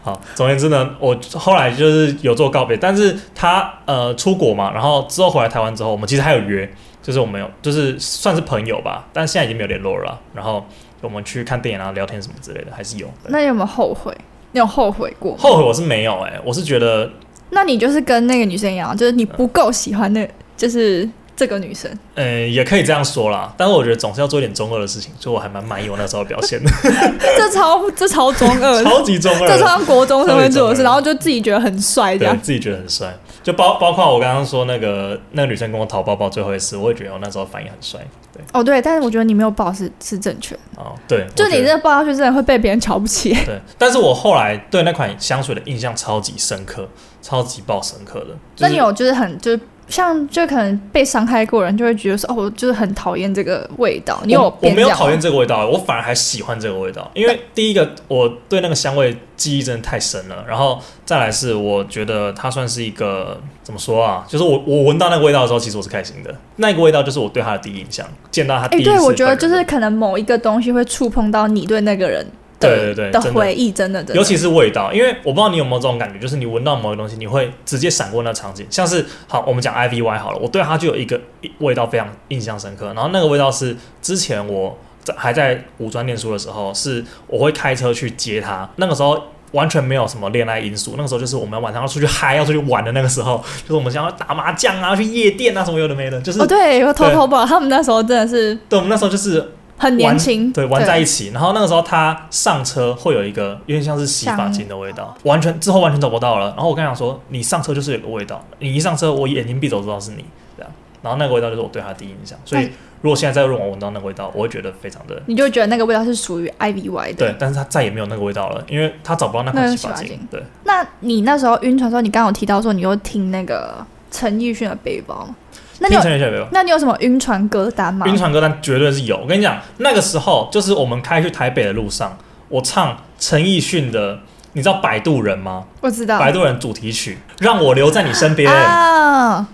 [SPEAKER 1] 好，总而言之呢，我后来就是有做告别，但是他呃出国嘛，然后之后回来台湾之后，我们其实还有约，就是我们有就是算是朋友吧，但现在已经没有联络了啦。然后我们去看电影啊、聊天什么之类的，还是有。对
[SPEAKER 2] 那你有没有后悔？你有后悔过吗？
[SPEAKER 1] 后悔我是没有哎、我是觉得
[SPEAKER 2] 那你就是跟那个女生一样，就是你不够喜欢那，就是这个女生。
[SPEAKER 1] 嗯、呃也可以这样说啦，但是我觉得总是要做一点中二的事情，所以我还蛮满意我那时候的表现的，
[SPEAKER 2] 这超这超中二的，
[SPEAKER 1] 超级中二的
[SPEAKER 2] 呃这。超像国中生会做的
[SPEAKER 1] 超级中
[SPEAKER 2] 事，
[SPEAKER 1] 二
[SPEAKER 2] 然后就自己觉得很帅哎这
[SPEAKER 1] 对
[SPEAKER 2] 样。
[SPEAKER 1] 自己觉得很帅，就包包括我刚刚说那个那个女生跟我讨抱抱最后一次，我也觉得我那时候反应很帅。对，
[SPEAKER 2] 哦，对，但是我觉得你没有抱是是正确的，
[SPEAKER 1] 哦，对，
[SPEAKER 2] 就
[SPEAKER 1] 我觉
[SPEAKER 2] 你
[SPEAKER 1] 得
[SPEAKER 2] 这抱下去真的会被别人瞧不起。
[SPEAKER 1] 对，但是我后来对那款香水的印象超级深刻，超级爆深刻的。就是、
[SPEAKER 2] 那你有就是很就是像就可能被伤害过的人就会觉得说哦，我就是很讨厌这个味道。你有
[SPEAKER 1] 我我
[SPEAKER 2] 变
[SPEAKER 1] 没
[SPEAKER 2] 这
[SPEAKER 1] 有
[SPEAKER 2] 样吗
[SPEAKER 1] 讨厌这个味道，我反而还喜欢这个味道，因为第一个我对那个香味记忆真的太深了，然后再来是我觉得它算是一个怎么说啊，就是我我闻到那个味道的时候，其实我是开心的，那个味道就是我对它的第一印象，见到它第
[SPEAKER 2] 哎、
[SPEAKER 1] 一次本
[SPEAKER 2] 对，
[SPEAKER 1] 人的。
[SPEAKER 2] 我觉得就是可能某一个东西会触碰到你对那个人的
[SPEAKER 1] 对对对
[SPEAKER 2] 的
[SPEAKER 1] 真的
[SPEAKER 2] 回忆，真的真的。
[SPEAKER 1] 尤其是味道，因为我不知道你有没有这种感觉，就是你闻到某个东西，你会直接闪过那场景。像是好，我们讲 I V Y 好了，我对它就有一个一味道非常印象深刻。然后那个味道是之前我在还在五专念书的时候，是我会开车去接它，那个时候。完全没有什么恋爱因素，那个时候就是我们晚上要出去嗨、要出去玩的那个时候，就是我们想要打麻将啊、去夜店啊什么有的没的，就是、
[SPEAKER 2] 哦，对，我偷
[SPEAKER 1] 对
[SPEAKER 2] 偷抱，他们那时候真的是
[SPEAKER 1] 对我们那时候就是
[SPEAKER 2] 很年轻，
[SPEAKER 1] 对，玩在一起。然后那个时候他上车会有一个有点像是洗发精的味道，完全之后完全找不到了。然后我跟他讲说，你上车就是有个味道，你一上车我眼睛闭着我知道是你这样。然后那个味道就是我对他的第一印象，所以
[SPEAKER 2] 哎
[SPEAKER 1] 如果现在再让我闻到那个味道，我会觉得非常的
[SPEAKER 2] 你就觉得那个味道是属于 I V Y 的。
[SPEAKER 1] 对，，但是他再也没有那个味道了，因为他找不到那
[SPEAKER 2] 那
[SPEAKER 1] 款
[SPEAKER 2] 个
[SPEAKER 1] 洗发
[SPEAKER 2] 洗发
[SPEAKER 1] 精
[SPEAKER 2] 精。
[SPEAKER 1] 对，
[SPEAKER 2] 那你那时候晕船的时候，你刚刚有提到说你又听那个陈奕迅的背包吗？那你
[SPEAKER 1] 听
[SPEAKER 2] 有
[SPEAKER 1] 陈奕迅的背包。
[SPEAKER 2] 那你有什么晕船歌单吗？
[SPEAKER 1] 晕船歌单绝对是有。我跟你讲，那个时候就是我们开去台北的路上，我唱陈奕迅的，你知道《摆渡人》吗？
[SPEAKER 2] 我知道
[SPEAKER 1] 《摆渡人》主题曲《让我留在你身边》
[SPEAKER 2] 啊，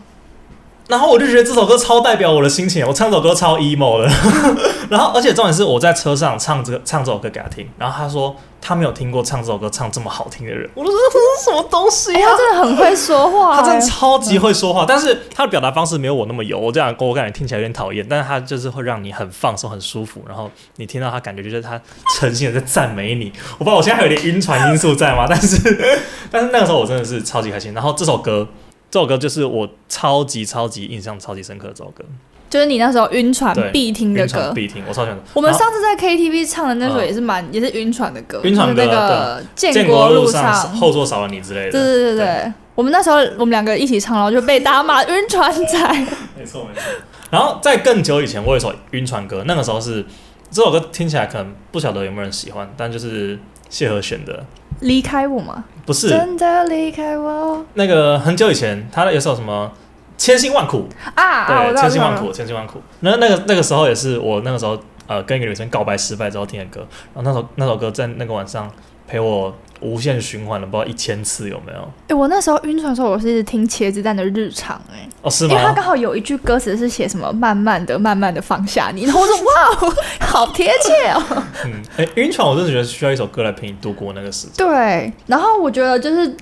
[SPEAKER 1] 然后我就觉得这首歌超代表我的心情，我唱这首歌超 emo 的。 然后，而且重点是我在车上唱这个唱这首歌给他听，然后他说他没有听过唱这首歌唱这么好听的人。我就说这是什么东西
[SPEAKER 2] 哎、
[SPEAKER 1] 啊？
[SPEAKER 2] 他真的很会说话、
[SPEAKER 1] 他真的
[SPEAKER 2] 哎
[SPEAKER 1] 超级会说话，但是他的表达方式没有我那么油。我这样我感觉听起来有点讨厌，但是他就是会让你很放松、很舒服。然后你听到他，感觉就是他诚心的在赞美你。我不知道我现在还有点晕船因素在 嘛，但是但是那个时候我真的是超级开心。然后这首歌，这首歌就是我超级超级印象超级深刻的这首歌，
[SPEAKER 2] 就是你那时候晕船
[SPEAKER 1] 对
[SPEAKER 2] 必听的
[SPEAKER 1] 晕船
[SPEAKER 2] 歌。
[SPEAKER 1] 必听，我超喜欢。
[SPEAKER 2] 我们
[SPEAKER 1] 然后
[SPEAKER 2] 上次在 KTV 唱的那首
[SPEAKER 1] 嗯
[SPEAKER 2] 也是蛮、也是晕船的歌，
[SPEAKER 1] 晕船
[SPEAKER 2] 就是那
[SPEAKER 1] 歌
[SPEAKER 2] 个建
[SPEAKER 1] 建国
[SPEAKER 2] 国
[SPEAKER 1] 路
[SPEAKER 2] 上，
[SPEAKER 1] 后座少了你之类
[SPEAKER 2] 对
[SPEAKER 1] 的，
[SPEAKER 2] 对对对。我们那时候，我们两个一起唱，然后就被大家骂晕船仔。
[SPEAKER 1] 没错没错。然后在更久以前，我有一首晕船歌，那个时候是这首歌听起来可能不晓得有没有人喜欢，但就是谢和弦的，
[SPEAKER 2] 离开我嘛，
[SPEAKER 1] 不是
[SPEAKER 3] 真的离开我，
[SPEAKER 1] 那个很久以前他的有首什么千辛万苦，
[SPEAKER 2] 啊啊，
[SPEAKER 1] 对，
[SPEAKER 2] 我知道，我
[SPEAKER 1] 千
[SPEAKER 2] 知
[SPEAKER 1] 辛
[SPEAKER 2] 道
[SPEAKER 1] 万苦，千辛万苦。那那个那个时候也是我那个时候呃跟一个女生告白失败之后听的歌，然后那首那首歌在那个晚上陪我无限循环了，不知道一千次有没有？
[SPEAKER 2] 哎、我那时候晕船的时候，我是一直听茄子蛋的日常、哎，
[SPEAKER 1] 哦，是
[SPEAKER 2] 因为他
[SPEAKER 1] 吗？
[SPEAKER 2] 刚好有一句歌词是写什么“慢慢的、慢慢的放下你”，然后我说哇，好贴切哦。
[SPEAKER 1] 嗯，哎、晕船我真的觉得需要一首歌来陪你度过那个时间。
[SPEAKER 2] 对，然后我觉得就是，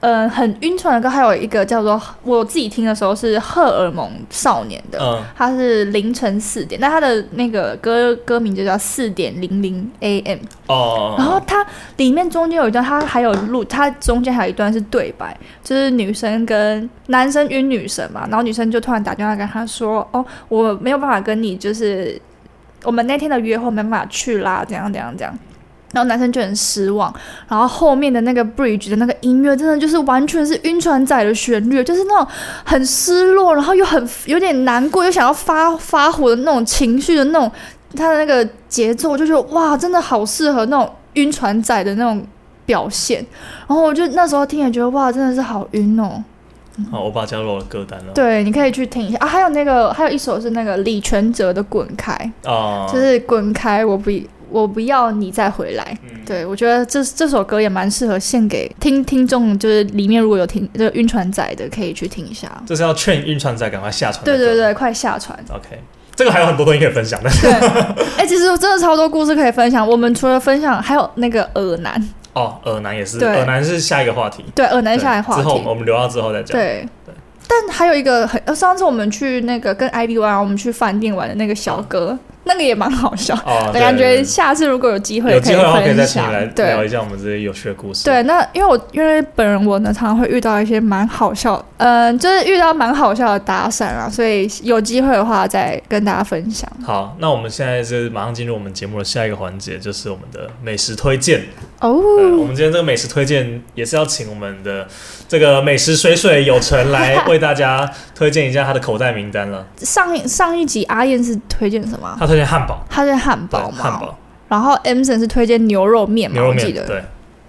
[SPEAKER 2] 嗯、很晕船的歌，还有一个叫做我自己听的时候是荷尔蒙少年的。
[SPEAKER 1] 嗯，
[SPEAKER 2] 它是凌晨四点，那它的那个歌歌名就叫四点零零 AM，
[SPEAKER 1] 哦，
[SPEAKER 2] 然后它里面中间有一段，它还有录，它中间还有一段是对白，就是女生跟男生晕女生嘛，然后女生就突然打电话跟他说：“哦，我没有办法跟你，就是我们那天的约会没办法去啦，怎样怎样怎样。”然后男生就很失望，然后后面的那个 bridge 的那个音乐，真的就是完全是晕船 仔的旋律，就是那种很失落，然后又很有点难过，又想要发发火的那种情绪的那种，他的那个节奏就觉得哇，真的好适合那种晕船仔的那种表现。然后我就那时候听也觉得哇，真的是好晕哦。
[SPEAKER 1] 好，我把它加入我的歌单了。
[SPEAKER 2] 对，你可以去听一下啊。还有那个，还有一首是那个李全哲的《滚开》，
[SPEAKER 1] 啊，
[SPEAKER 2] 就是滚开，我不我不要你再回来。
[SPEAKER 1] 嗯
[SPEAKER 2] 对，我觉得这这首歌也蛮适合献给听听众，就是里面如果有听这个晕船仔的，可以去听一下。
[SPEAKER 1] 这是要劝晕船仔赶快下船。
[SPEAKER 2] 对对。对，快下船！
[SPEAKER 1] OK，这个还有很多东西可以分享的。
[SPEAKER 2] 对，哎、其实我真的超多故事可以分享。我们除了分享，还有那个耳男，
[SPEAKER 1] 哦，耳男也是，
[SPEAKER 2] 对
[SPEAKER 1] 耳男是下一个话题。
[SPEAKER 2] 对，耳男
[SPEAKER 1] 对
[SPEAKER 2] 下来话
[SPEAKER 1] 之后
[SPEAKER 2] 题，
[SPEAKER 1] 我们留到之后再讲。
[SPEAKER 2] 对
[SPEAKER 1] 对。
[SPEAKER 2] 但还有一个很，呃上次我们去那个跟 ID 玩，我们去饭店玩的那个小哥，那个也蛮好笑。
[SPEAKER 1] 哦，
[SPEAKER 2] 我
[SPEAKER 1] 对啊
[SPEAKER 2] 感
[SPEAKER 1] 对
[SPEAKER 2] 觉
[SPEAKER 1] 对
[SPEAKER 2] 下次如果有机会
[SPEAKER 1] 有机会的话，可以再
[SPEAKER 2] 分
[SPEAKER 1] 请
[SPEAKER 2] 享
[SPEAKER 1] 你来，聊
[SPEAKER 2] 对
[SPEAKER 1] 一下我们这些有趣的故事。
[SPEAKER 2] 对，那因为我因为本人我呢常常会遇到一些蛮好笑，嗯，就是遇到蛮好笑的搭讪啊，所以有机会的话再跟大家分享。
[SPEAKER 1] 好，那我们现在是马上进入我们节目的下一个环节，就是我们的美食推荐。
[SPEAKER 2] 哦，
[SPEAKER 1] 对，我们今天这个美食推荐也是要请我们的这个美食水水有成 来为大家推荐一下他的口袋名单了。
[SPEAKER 2] 上一上一集阿燕是推荐什么啊？
[SPEAKER 1] 他推荐汉堡，
[SPEAKER 2] 他是汉
[SPEAKER 1] 对，
[SPEAKER 2] 堡嘛，
[SPEAKER 1] 汉堡、
[SPEAKER 2] 然后 e m s o n 是推荐牛肉面嘛，
[SPEAKER 1] 牛肉
[SPEAKER 2] 我
[SPEAKER 1] 面，
[SPEAKER 2] 记得
[SPEAKER 1] 对。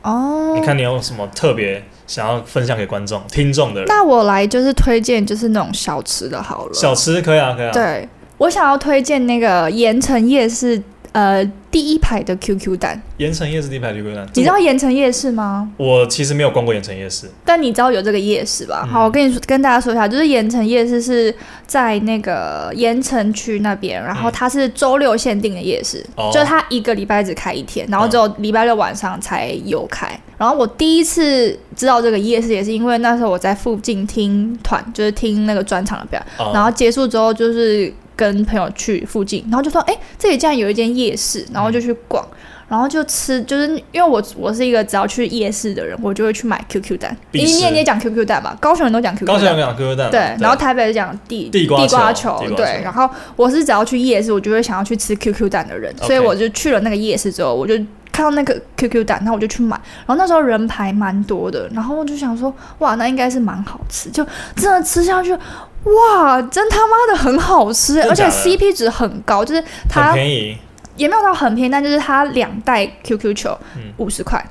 [SPEAKER 2] 哦。
[SPEAKER 1] 你看你有什么特别想要分享给观众、听众的人？
[SPEAKER 2] 那我来就是推荐就是那种小吃的好了。
[SPEAKER 1] 小吃可以啊，可以啊。
[SPEAKER 2] 对，我想要推荐那个盐城夜市呃第一排的 QQ 蛋。
[SPEAKER 1] 盐城夜市第一排绿龟蛋，
[SPEAKER 2] 你知道盐城夜市吗？
[SPEAKER 1] 我其实没有逛过盐城夜市，
[SPEAKER 2] 但你知道有这个夜市吧？
[SPEAKER 1] 嗯
[SPEAKER 2] 好，我跟你说，跟大家说一下，就是盐城夜市是在那个盐城区那边，然后
[SPEAKER 1] 嗯
[SPEAKER 2] 它是周六限定的夜市，
[SPEAKER 1] 哦
[SPEAKER 2] 就是它一个礼拜只开一天，然后只有礼拜六晚上才有开。然后我第一次知道这个夜市，也是因为那时候我在附近听团，就是听那个专场的表演。
[SPEAKER 1] 啊
[SPEAKER 2] 然后结束之后就是跟朋友去附近，然后就说，哎、这里竟然有一间夜市，然后就去逛，然后就吃，就是因为我我是一个只要去夜市的人，我就会去买 QQ 蛋，
[SPEAKER 1] 必
[SPEAKER 2] 因
[SPEAKER 1] 吃
[SPEAKER 2] 为你也讲 QQ 蛋嘛，高雄人都讲 QQ
[SPEAKER 1] 高雄有啊
[SPEAKER 2] 蛋。
[SPEAKER 1] 讲 QQ 蛋嘛，
[SPEAKER 2] 对，然后台北是讲地
[SPEAKER 1] 地瓜球
[SPEAKER 2] 球
[SPEAKER 1] 地瓜
[SPEAKER 2] 对
[SPEAKER 1] 球，
[SPEAKER 2] 然后我是只要去夜市，我就会想要去吃 QQ 蛋的人
[SPEAKER 1] OK
[SPEAKER 2] 所以我就去了那个夜市之后，我就看到那个 QQ 蛋，然后我就去买，然后那时候人排蛮多的，然后我就想说，哇，那应该是蛮好吃，就真的吃下去，哇，真他妈的很好吃欸，
[SPEAKER 1] 真的
[SPEAKER 2] 而且
[SPEAKER 1] 假的
[SPEAKER 2] CP 值很高，就是
[SPEAKER 1] 很
[SPEAKER 2] 它
[SPEAKER 1] 便宜，
[SPEAKER 2] 也没有到很便宜，但就是它两袋 QQ 球
[SPEAKER 1] 嗯
[SPEAKER 2] 五十块，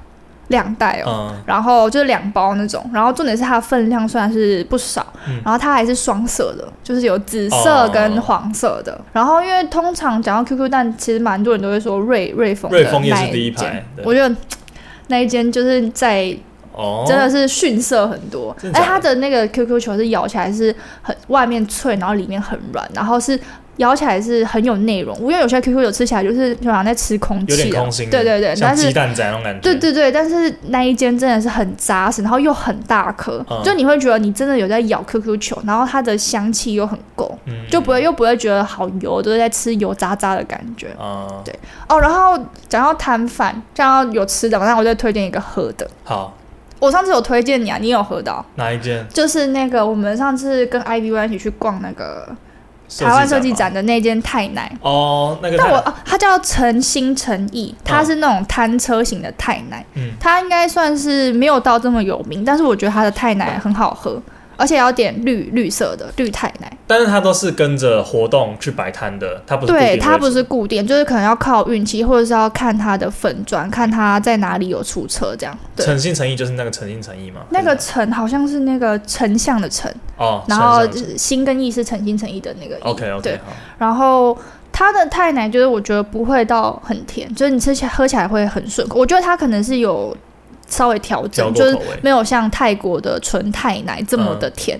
[SPEAKER 2] 两袋哦。
[SPEAKER 1] 嗯，
[SPEAKER 2] 然后就是两包那种，然后重点是它的分量虽然是不少，
[SPEAKER 1] 嗯
[SPEAKER 2] 然后它还是双色的，就是有紫
[SPEAKER 1] 哦
[SPEAKER 2] 色跟黄色的。然后因为通常讲到 QQ 蛋，其实蛮多人都会说瑞瑞丰的
[SPEAKER 1] 瑞丰夜市
[SPEAKER 2] 那
[SPEAKER 1] 第一
[SPEAKER 2] 间
[SPEAKER 1] 排对
[SPEAKER 2] 我觉得那一间就是在
[SPEAKER 1] 哦，
[SPEAKER 2] 真的是逊色很多。
[SPEAKER 1] 真的
[SPEAKER 2] 哎，
[SPEAKER 1] 假的
[SPEAKER 2] 它的那个 QQ 球是咬起来是很外面脆，然后里面很软，然后是咬起来是很有内容。因为有些 QQ 球吃起来就是就好像在吃空
[SPEAKER 1] 有点
[SPEAKER 2] 气啊
[SPEAKER 1] 空心，
[SPEAKER 2] 对对对，
[SPEAKER 1] 像
[SPEAKER 2] 但
[SPEAKER 1] 鸡
[SPEAKER 2] 是。
[SPEAKER 1] 蛋仔那种感觉，
[SPEAKER 2] 对对对，但是那一间真的是很扎实，然后又很大颗，
[SPEAKER 1] 嗯
[SPEAKER 2] 就你会觉得你真的有在咬 QQ 球，然后它的香气又很够，
[SPEAKER 1] 嗯，
[SPEAKER 2] 就不会又不会觉得好油，就是在吃油渣渣的感觉。
[SPEAKER 1] 啊，
[SPEAKER 2] 对哦，然后讲到摊贩，讲到有吃的，那我再推荐一个喝的。
[SPEAKER 1] 好，
[SPEAKER 2] 我上次有推荐你啊，你有喝到？
[SPEAKER 1] 哪一间？
[SPEAKER 2] 就是那个我们上次跟 IBY 一起去逛那个
[SPEAKER 1] 设计
[SPEAKER 2] 台湾设计
[SPEAKER 1] 吗
[SPEAKER 2] 展的那间泰奶。
[SPEAKER 1] 哦，那个
[SPEAKER 2] 但
[SPEAKER 1] 太
[SPEAKER 2] 我哦，它叫诚心诚意，它是那种摊车型的泰奶，
[SPEAKER 1] 嗯
[SPEAKER 2] 它应该算是没有到这么有名，但是我觉得它的泰奶很好喝，而且要点绿绿色的绿太奶。
[SPEAKER 1] 但是它都是跟着活动去摆摊的，它不哦是固定
[SPEAKER 2] 对，
[SPEAKER 1] 位置
[SPEAKER 2] 它不是固定，就是可能要靠运气，或者是要看它的粉砖，看它在哪里有出车这样。对，
[SPEAKER 1] 诚心诚意，就是那个诚心诚意嘛。
[SPEAKER 2] 那个陈好像是那个丞相的丞，
[SPEAKER 1] 哦，
[SPEAKER 2] 然后
[SPEAKER 1] 诚心诚意
[SPEAKER 2] 心跟意是诚心诚意的那个意。
[SPEAKER 1] OK OK
[SPEAKER 2] 对
[SPEAKER 1] 好，
[SPEAKER 2] 然后它的太奶就是我觉得不会到很甜，就是你吃起来喝起来会很顺口。我觉得它可能是有稍微调
[SPEAKER 1] 调
[SPEAKER 2] 整，就
[SPEAKER 1] 过
[SPEAKER 2] 是
[SPEAKER 1] 口味。
[SPEAKER 2] 没有像泰国的纯太奶这么的甜。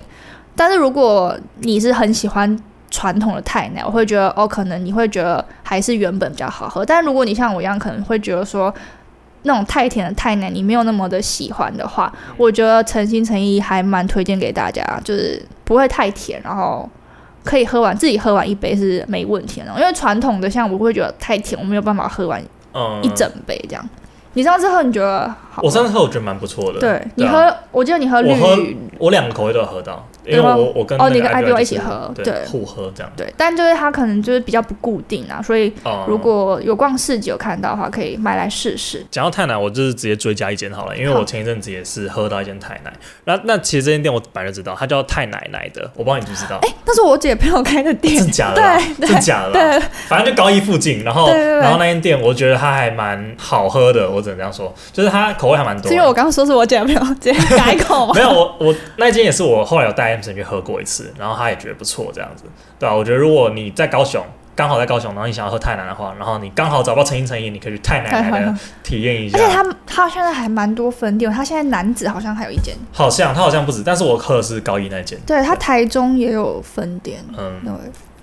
[SPEAKER 2] 但是如果你是很喜欢传统的太奶，我会觉得哦，可能你会觉得还是原本比较好喝。但如果你像我一样，可能会觉得说。那种太甜的太奶，你没有那么的喜欢的话，
[SPEAKER 1] 嗯
[SPEAKER 2] 我觉得诚心诚意还蛮推荐给大家，就是不会太甜，然后可以喝完自己喝完一杯是没问题的那种。因为传统的像我会觉得太甜，我没有办法喝完
[SPEAKER 1] 嗯，
[SPEAKER 2] 一整杯这样。你上次喝你觉得好吗？
[SPEAKER 1] 我上次喝我觉得蛮不错的。
[SPEAKER 2] 对你
[SPEAKER 1] 啊
[SPEAKER 2] 喝，我记得你喝绿
[SPEAKER 1] 我，喝我两个口味都有喝到，因为
[SPEAKER 2] 对吗
[SPEAKER 1] 我我跟
[SPEAKER 2] 哦
[SPEAKER 1] 那
[SPEAKER 2] 你
[SPEAKER 1] 个
[SPEAKER 2] 跟
[SPEAKER 1] IBY 就
[SPEAKER 2] IBY
[SPEAKER 1] 是
[SPEAKER 2] 一起喝
[SPEAKER 1] 对，
[SPEAKER 2] 对
[SPEAKER 1] 互喝这样。
[SPEAKER 2] 对，但就是它可能就是比较不固定啊，所以
[SPEAKER 1] 哦
[SPEAKER 2] 如果有逛市集有看到的话，可以买来试试。
[SPEAKER 1] 讲到太奶，我就是直接追加一间好了，因为我
[SPEAKER 2] 好
[SPEAKER 1] 前一阵子也是喝到一间太奶。那那其实这间店我本来就知道，它叫太奶奶的，我不知道你知不知道，
[SPEAKER 2] 那是我姐朋友开的店
[SPEAKER 1] 真，假的啦？
[SPEAKER 2] 哎对
[SPEAKER 1] 真
[SPEAKER 2] 对
[SPEAKER 1] 假的啦？
[SPEAKER 2] 对，
[SPEAKER 1] 反正就高一附近，然后
[SPEAKER 2] 对对对
[SPEAKER 1] 然后那间店我觉得它还蛮好喝的，我只能这样说，就是它口味还蛮多的。
[SPEAKER 2] 是因为我刚刚说是我姐朋友， 直接改口嘛
[SPEAKER 1] 没。有，我我那间也是我后来有带 M 神去喝过一次，然后他也觉得不错，这样子，对啊，我觉得如果你在高雄，刚好在高雄，然后你想要喝太奶的话，然后你刚好找不到诚心诚意，你可以去太奶奶 的体验一
[SPEAKER 2] 而且
[SPEAKER 1] 下。
[SPEAKER 2] 他他现在还蛮多分店，他现在男子好像还有一间，
[SPEAKER 1] 好像他好像不止，但是我喝的是高一那间，
[SPEAKER 2] 对他台中也有分店。
[SPEAKER 1] 嗯，
[SPEAKER 2] 对，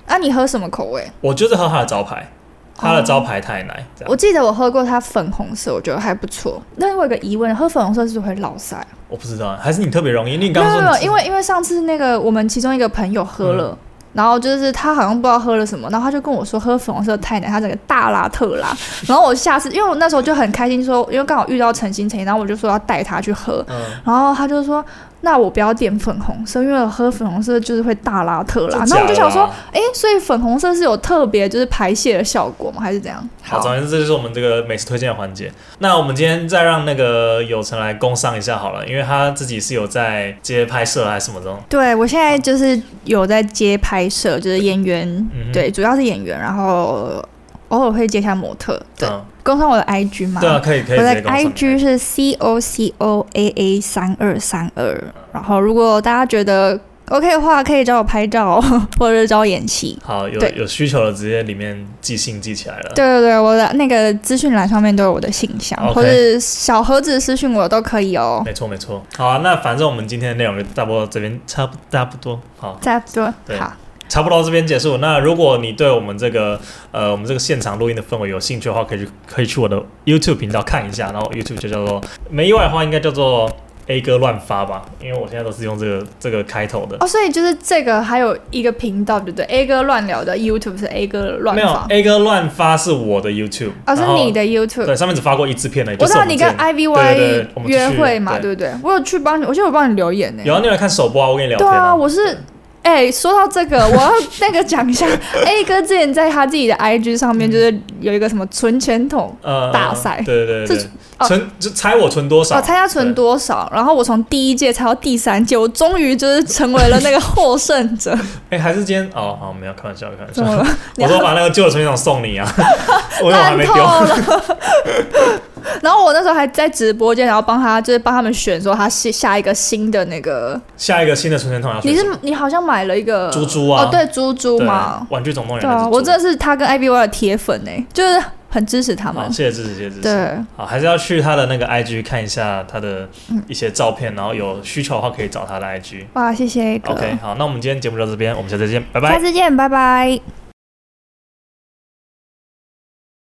[SPEAKER 2] 啊，你喝什么口味？
[SPEAKER 1] 我就是喝他的招牌，他的招牌太奶，这样
[SPEAKER 2] 哦我记得我喝过它粉红色，我觉得还不错。但是我有个疑问，喝粉红色是不是会老塞啊？
[SPEAKER 1] 我不知道，还是你特别容易，因为你
[SPEAKER 2] 没
[SPEAKER 1] 刚
[SPEAKER 2] 有
[SPEAKER 1] 刚
[SPEAKER 2] 没
[SPEAKER 1] 说你嗯
[SPEAKER 2] 有没有，
[SPEAKER 1] 是
[SPEAKER 2] 因为因为上次那个我们其中一个朋友喝了。然后就是他好像不知道喝了什么，然后他就跟我说喝粉红色太奶，他整个大拉 特拉。然后我下次，因为我那时候就很开心说，因为刚好遇到诚心诚意，然后我就说要带他去喝，
[SPEAKER 1] 嗯，
[SPEAKER 2] 然后他就说那我不要点粉红色，因为我喝粉红色就是会大拉特拉。然
[SPEAKER 1] 真
[SPEAKER 2] 后我就
[SPEAKER 1] 假的
[SPEAKER 2] 想
[SPEAKER 1] 啦
[SPEAKER 2] 说，诶，所以粉红色是有特别就是排泄的效果吗？还是怎样？
[SPEAKER 1] 好，总而言之，这就是我们这个美食推荐的环节。那我们今天再让那个有成来工商一下好了，因为他自己是有在接拍摄还是什么中，
[SPEAKER 2] 对，我现在就是有在接拍摄，就是演员，
[SPEAKER 1] 嗯哼
[SPEAKER 2] 对，主要是演员，然后偶尔会接一下模特。对，
[SPEAKER 1] 嗯
[SPEAKER 2] 工商我的 IG 嘛，
[SPEAKER 1] 对啊，可以可
[SPEAKER 2] 我
[SPEAKER 1] 以直
[SPEAKER 2] 的
[SPEAKER 1] 接跟我说
[SPEAKER 2] IG 是 C O C O A A 三二三二，然后如果大家觉得 OK 的话，可以找我拍照，或者是找我演戏。
[SPEAKER 1] 好，有
[SPEAKER 2] 对
[SPEAKER 1] 有需求的直接里面寄信寄起来了。
[SPEAKER 2] 对对对，我的那个资讯栏上面都有我的信箱
[SPEAKER 1] OK
[SPEAKER 2] 或是小盒子私讯我都可以哦。
[SPEAKER 1] 没错没错。好啊，那反正我们今天的内容就差不多到这边差不差不多，好，
[SPEAKER 2] 差不多
[SPEAKER 1] 对，
[SPEAKER 2] 好，
[SPEAKER 1] 差不多到这边结束。那如果你对我们这个呃我们这个现场录音的氛围有兴趣的话，可以去可以去我的 YouTube 频道看一下，然后 YouTube 就叫做没意外的话应该叫做 A 哥乱发吧，因为我现在都是用这个这个开头的。
[SPEAKER 2] 哦，所以就是这个还有一个频道，对不对？A 哥乱聊的 YouTube 是 A 哥乱
[SPEAKER 1] 没有
[SPEAKER 2] 放，
[SPEAKER 1] A 哥乱发是我的 YouTube，
[SPEAKER 2] 哦，是
[SPEAKER 1] 然后
[SPEAKER 2] 你的 YouTube。
[SPEAKER 1] 对，上面只发过一支片的，
[SPEAKER 2] 我知
[SPEAKER 1] 就是
[SPEAKER 2] 道
[SPEAKER 1] 们
[SPEAKER 2] 你
[SPEAKER 1] 之
[SPEAKER 2] 跟
[SPEAKER 1] 前
[SPEAKER 2] IVY
[SPEAKER 1] 对我们
[SPEAKER 2] 约会嘛，
[SPEAKER 1] 去
[SPEAKER 2] 对不对？我有去帮你，我记得我帮你留言呢。
[SPEAKER 1] 有啊，你有来看首播啊，我跟你聊
[SPEAKER 2] 对
[SPEAKER 1] 天
[SPEAKER 2] 啊，我是。哎、说到这 个，我要那个讲一下，A 哥之前在他自己的 IG 上面就是有一个什么存钱筒，
[SPEAKER 1] 呃
[SPEAKER 2] 大赛
[SPEAKER 1] 对对对
[SPEAKER 2] 这
[SPEAKER 1] 对，
[SPEAKER 2] 哦
[SPEAKER 1] 存就猜我存多少
[SPEAKER 2] 哦，，猜他存多少，然后我从第一届猜到第三届，我终于就是成为了那个获胜 者，
[SPEAKER 1] 哎，还是今天哦，好，没有开玩笑，开玩
[SPEAKER 2] 怎
[SPEAKER 1] 笑
[SPEAKER 2] 么，了？
[SPEAKER 1] 我说把那个旧的存钱筒送 你啊，我有还
[SPEAKER 2] 烂
[SPEAKER 1] 没
[SPEAKER 2] 透
[SPEAKER 1] 丢，
[SPEAKER 2] 了。 然后我那时候还在直播间，然后帮他就是帮他们选说他下下一个新的那个，
[SPEAKER 1] 下一个新的存钱筒要选
[SPEAKER 2] 你
[SPEAKER 1] 什
[SPEAKER 2] 是
[SPEAKER 1] 么
[SPEAKER 2] 你好像买了一个
[SPEAKER 1] 猪猪啊
[SPEAKER 2] 哦对猪猪
[SPEAKER 1] 对
[SPEAKER 2] 嘛，
[SPEAKER 1] 玩具总动员
[SPEAKER 2] 对
[SPEAKER 1] 那只
[SPEAKER 2] 啊，
[SPEAKER 1] 猪，
[SPEAKER 2] 我真的是他跟 IBY 的铁粉哎、就是很支持他
[SPEAKER 1] 好，
[SPEAKER 2] 们，
[SPEAKER 1] 谢谢支持，谢谢支持。
[SPEAKER 2] 对，
[SPEAKER 1] 好，还是要去他的那个 IG 看一下他的
[SPEAKER 2] 嗯
[SPEAKER 1] 一些照片，然后有需求的话可以找他的 IG。
[SPEAKER 2] 哇，谢谢 A 哥
[SPEAKER 1] OK，好，那我们今天节目就到这边，我们下次再见，拜拜
[SPEAKER 3] 下。次见，拜拜。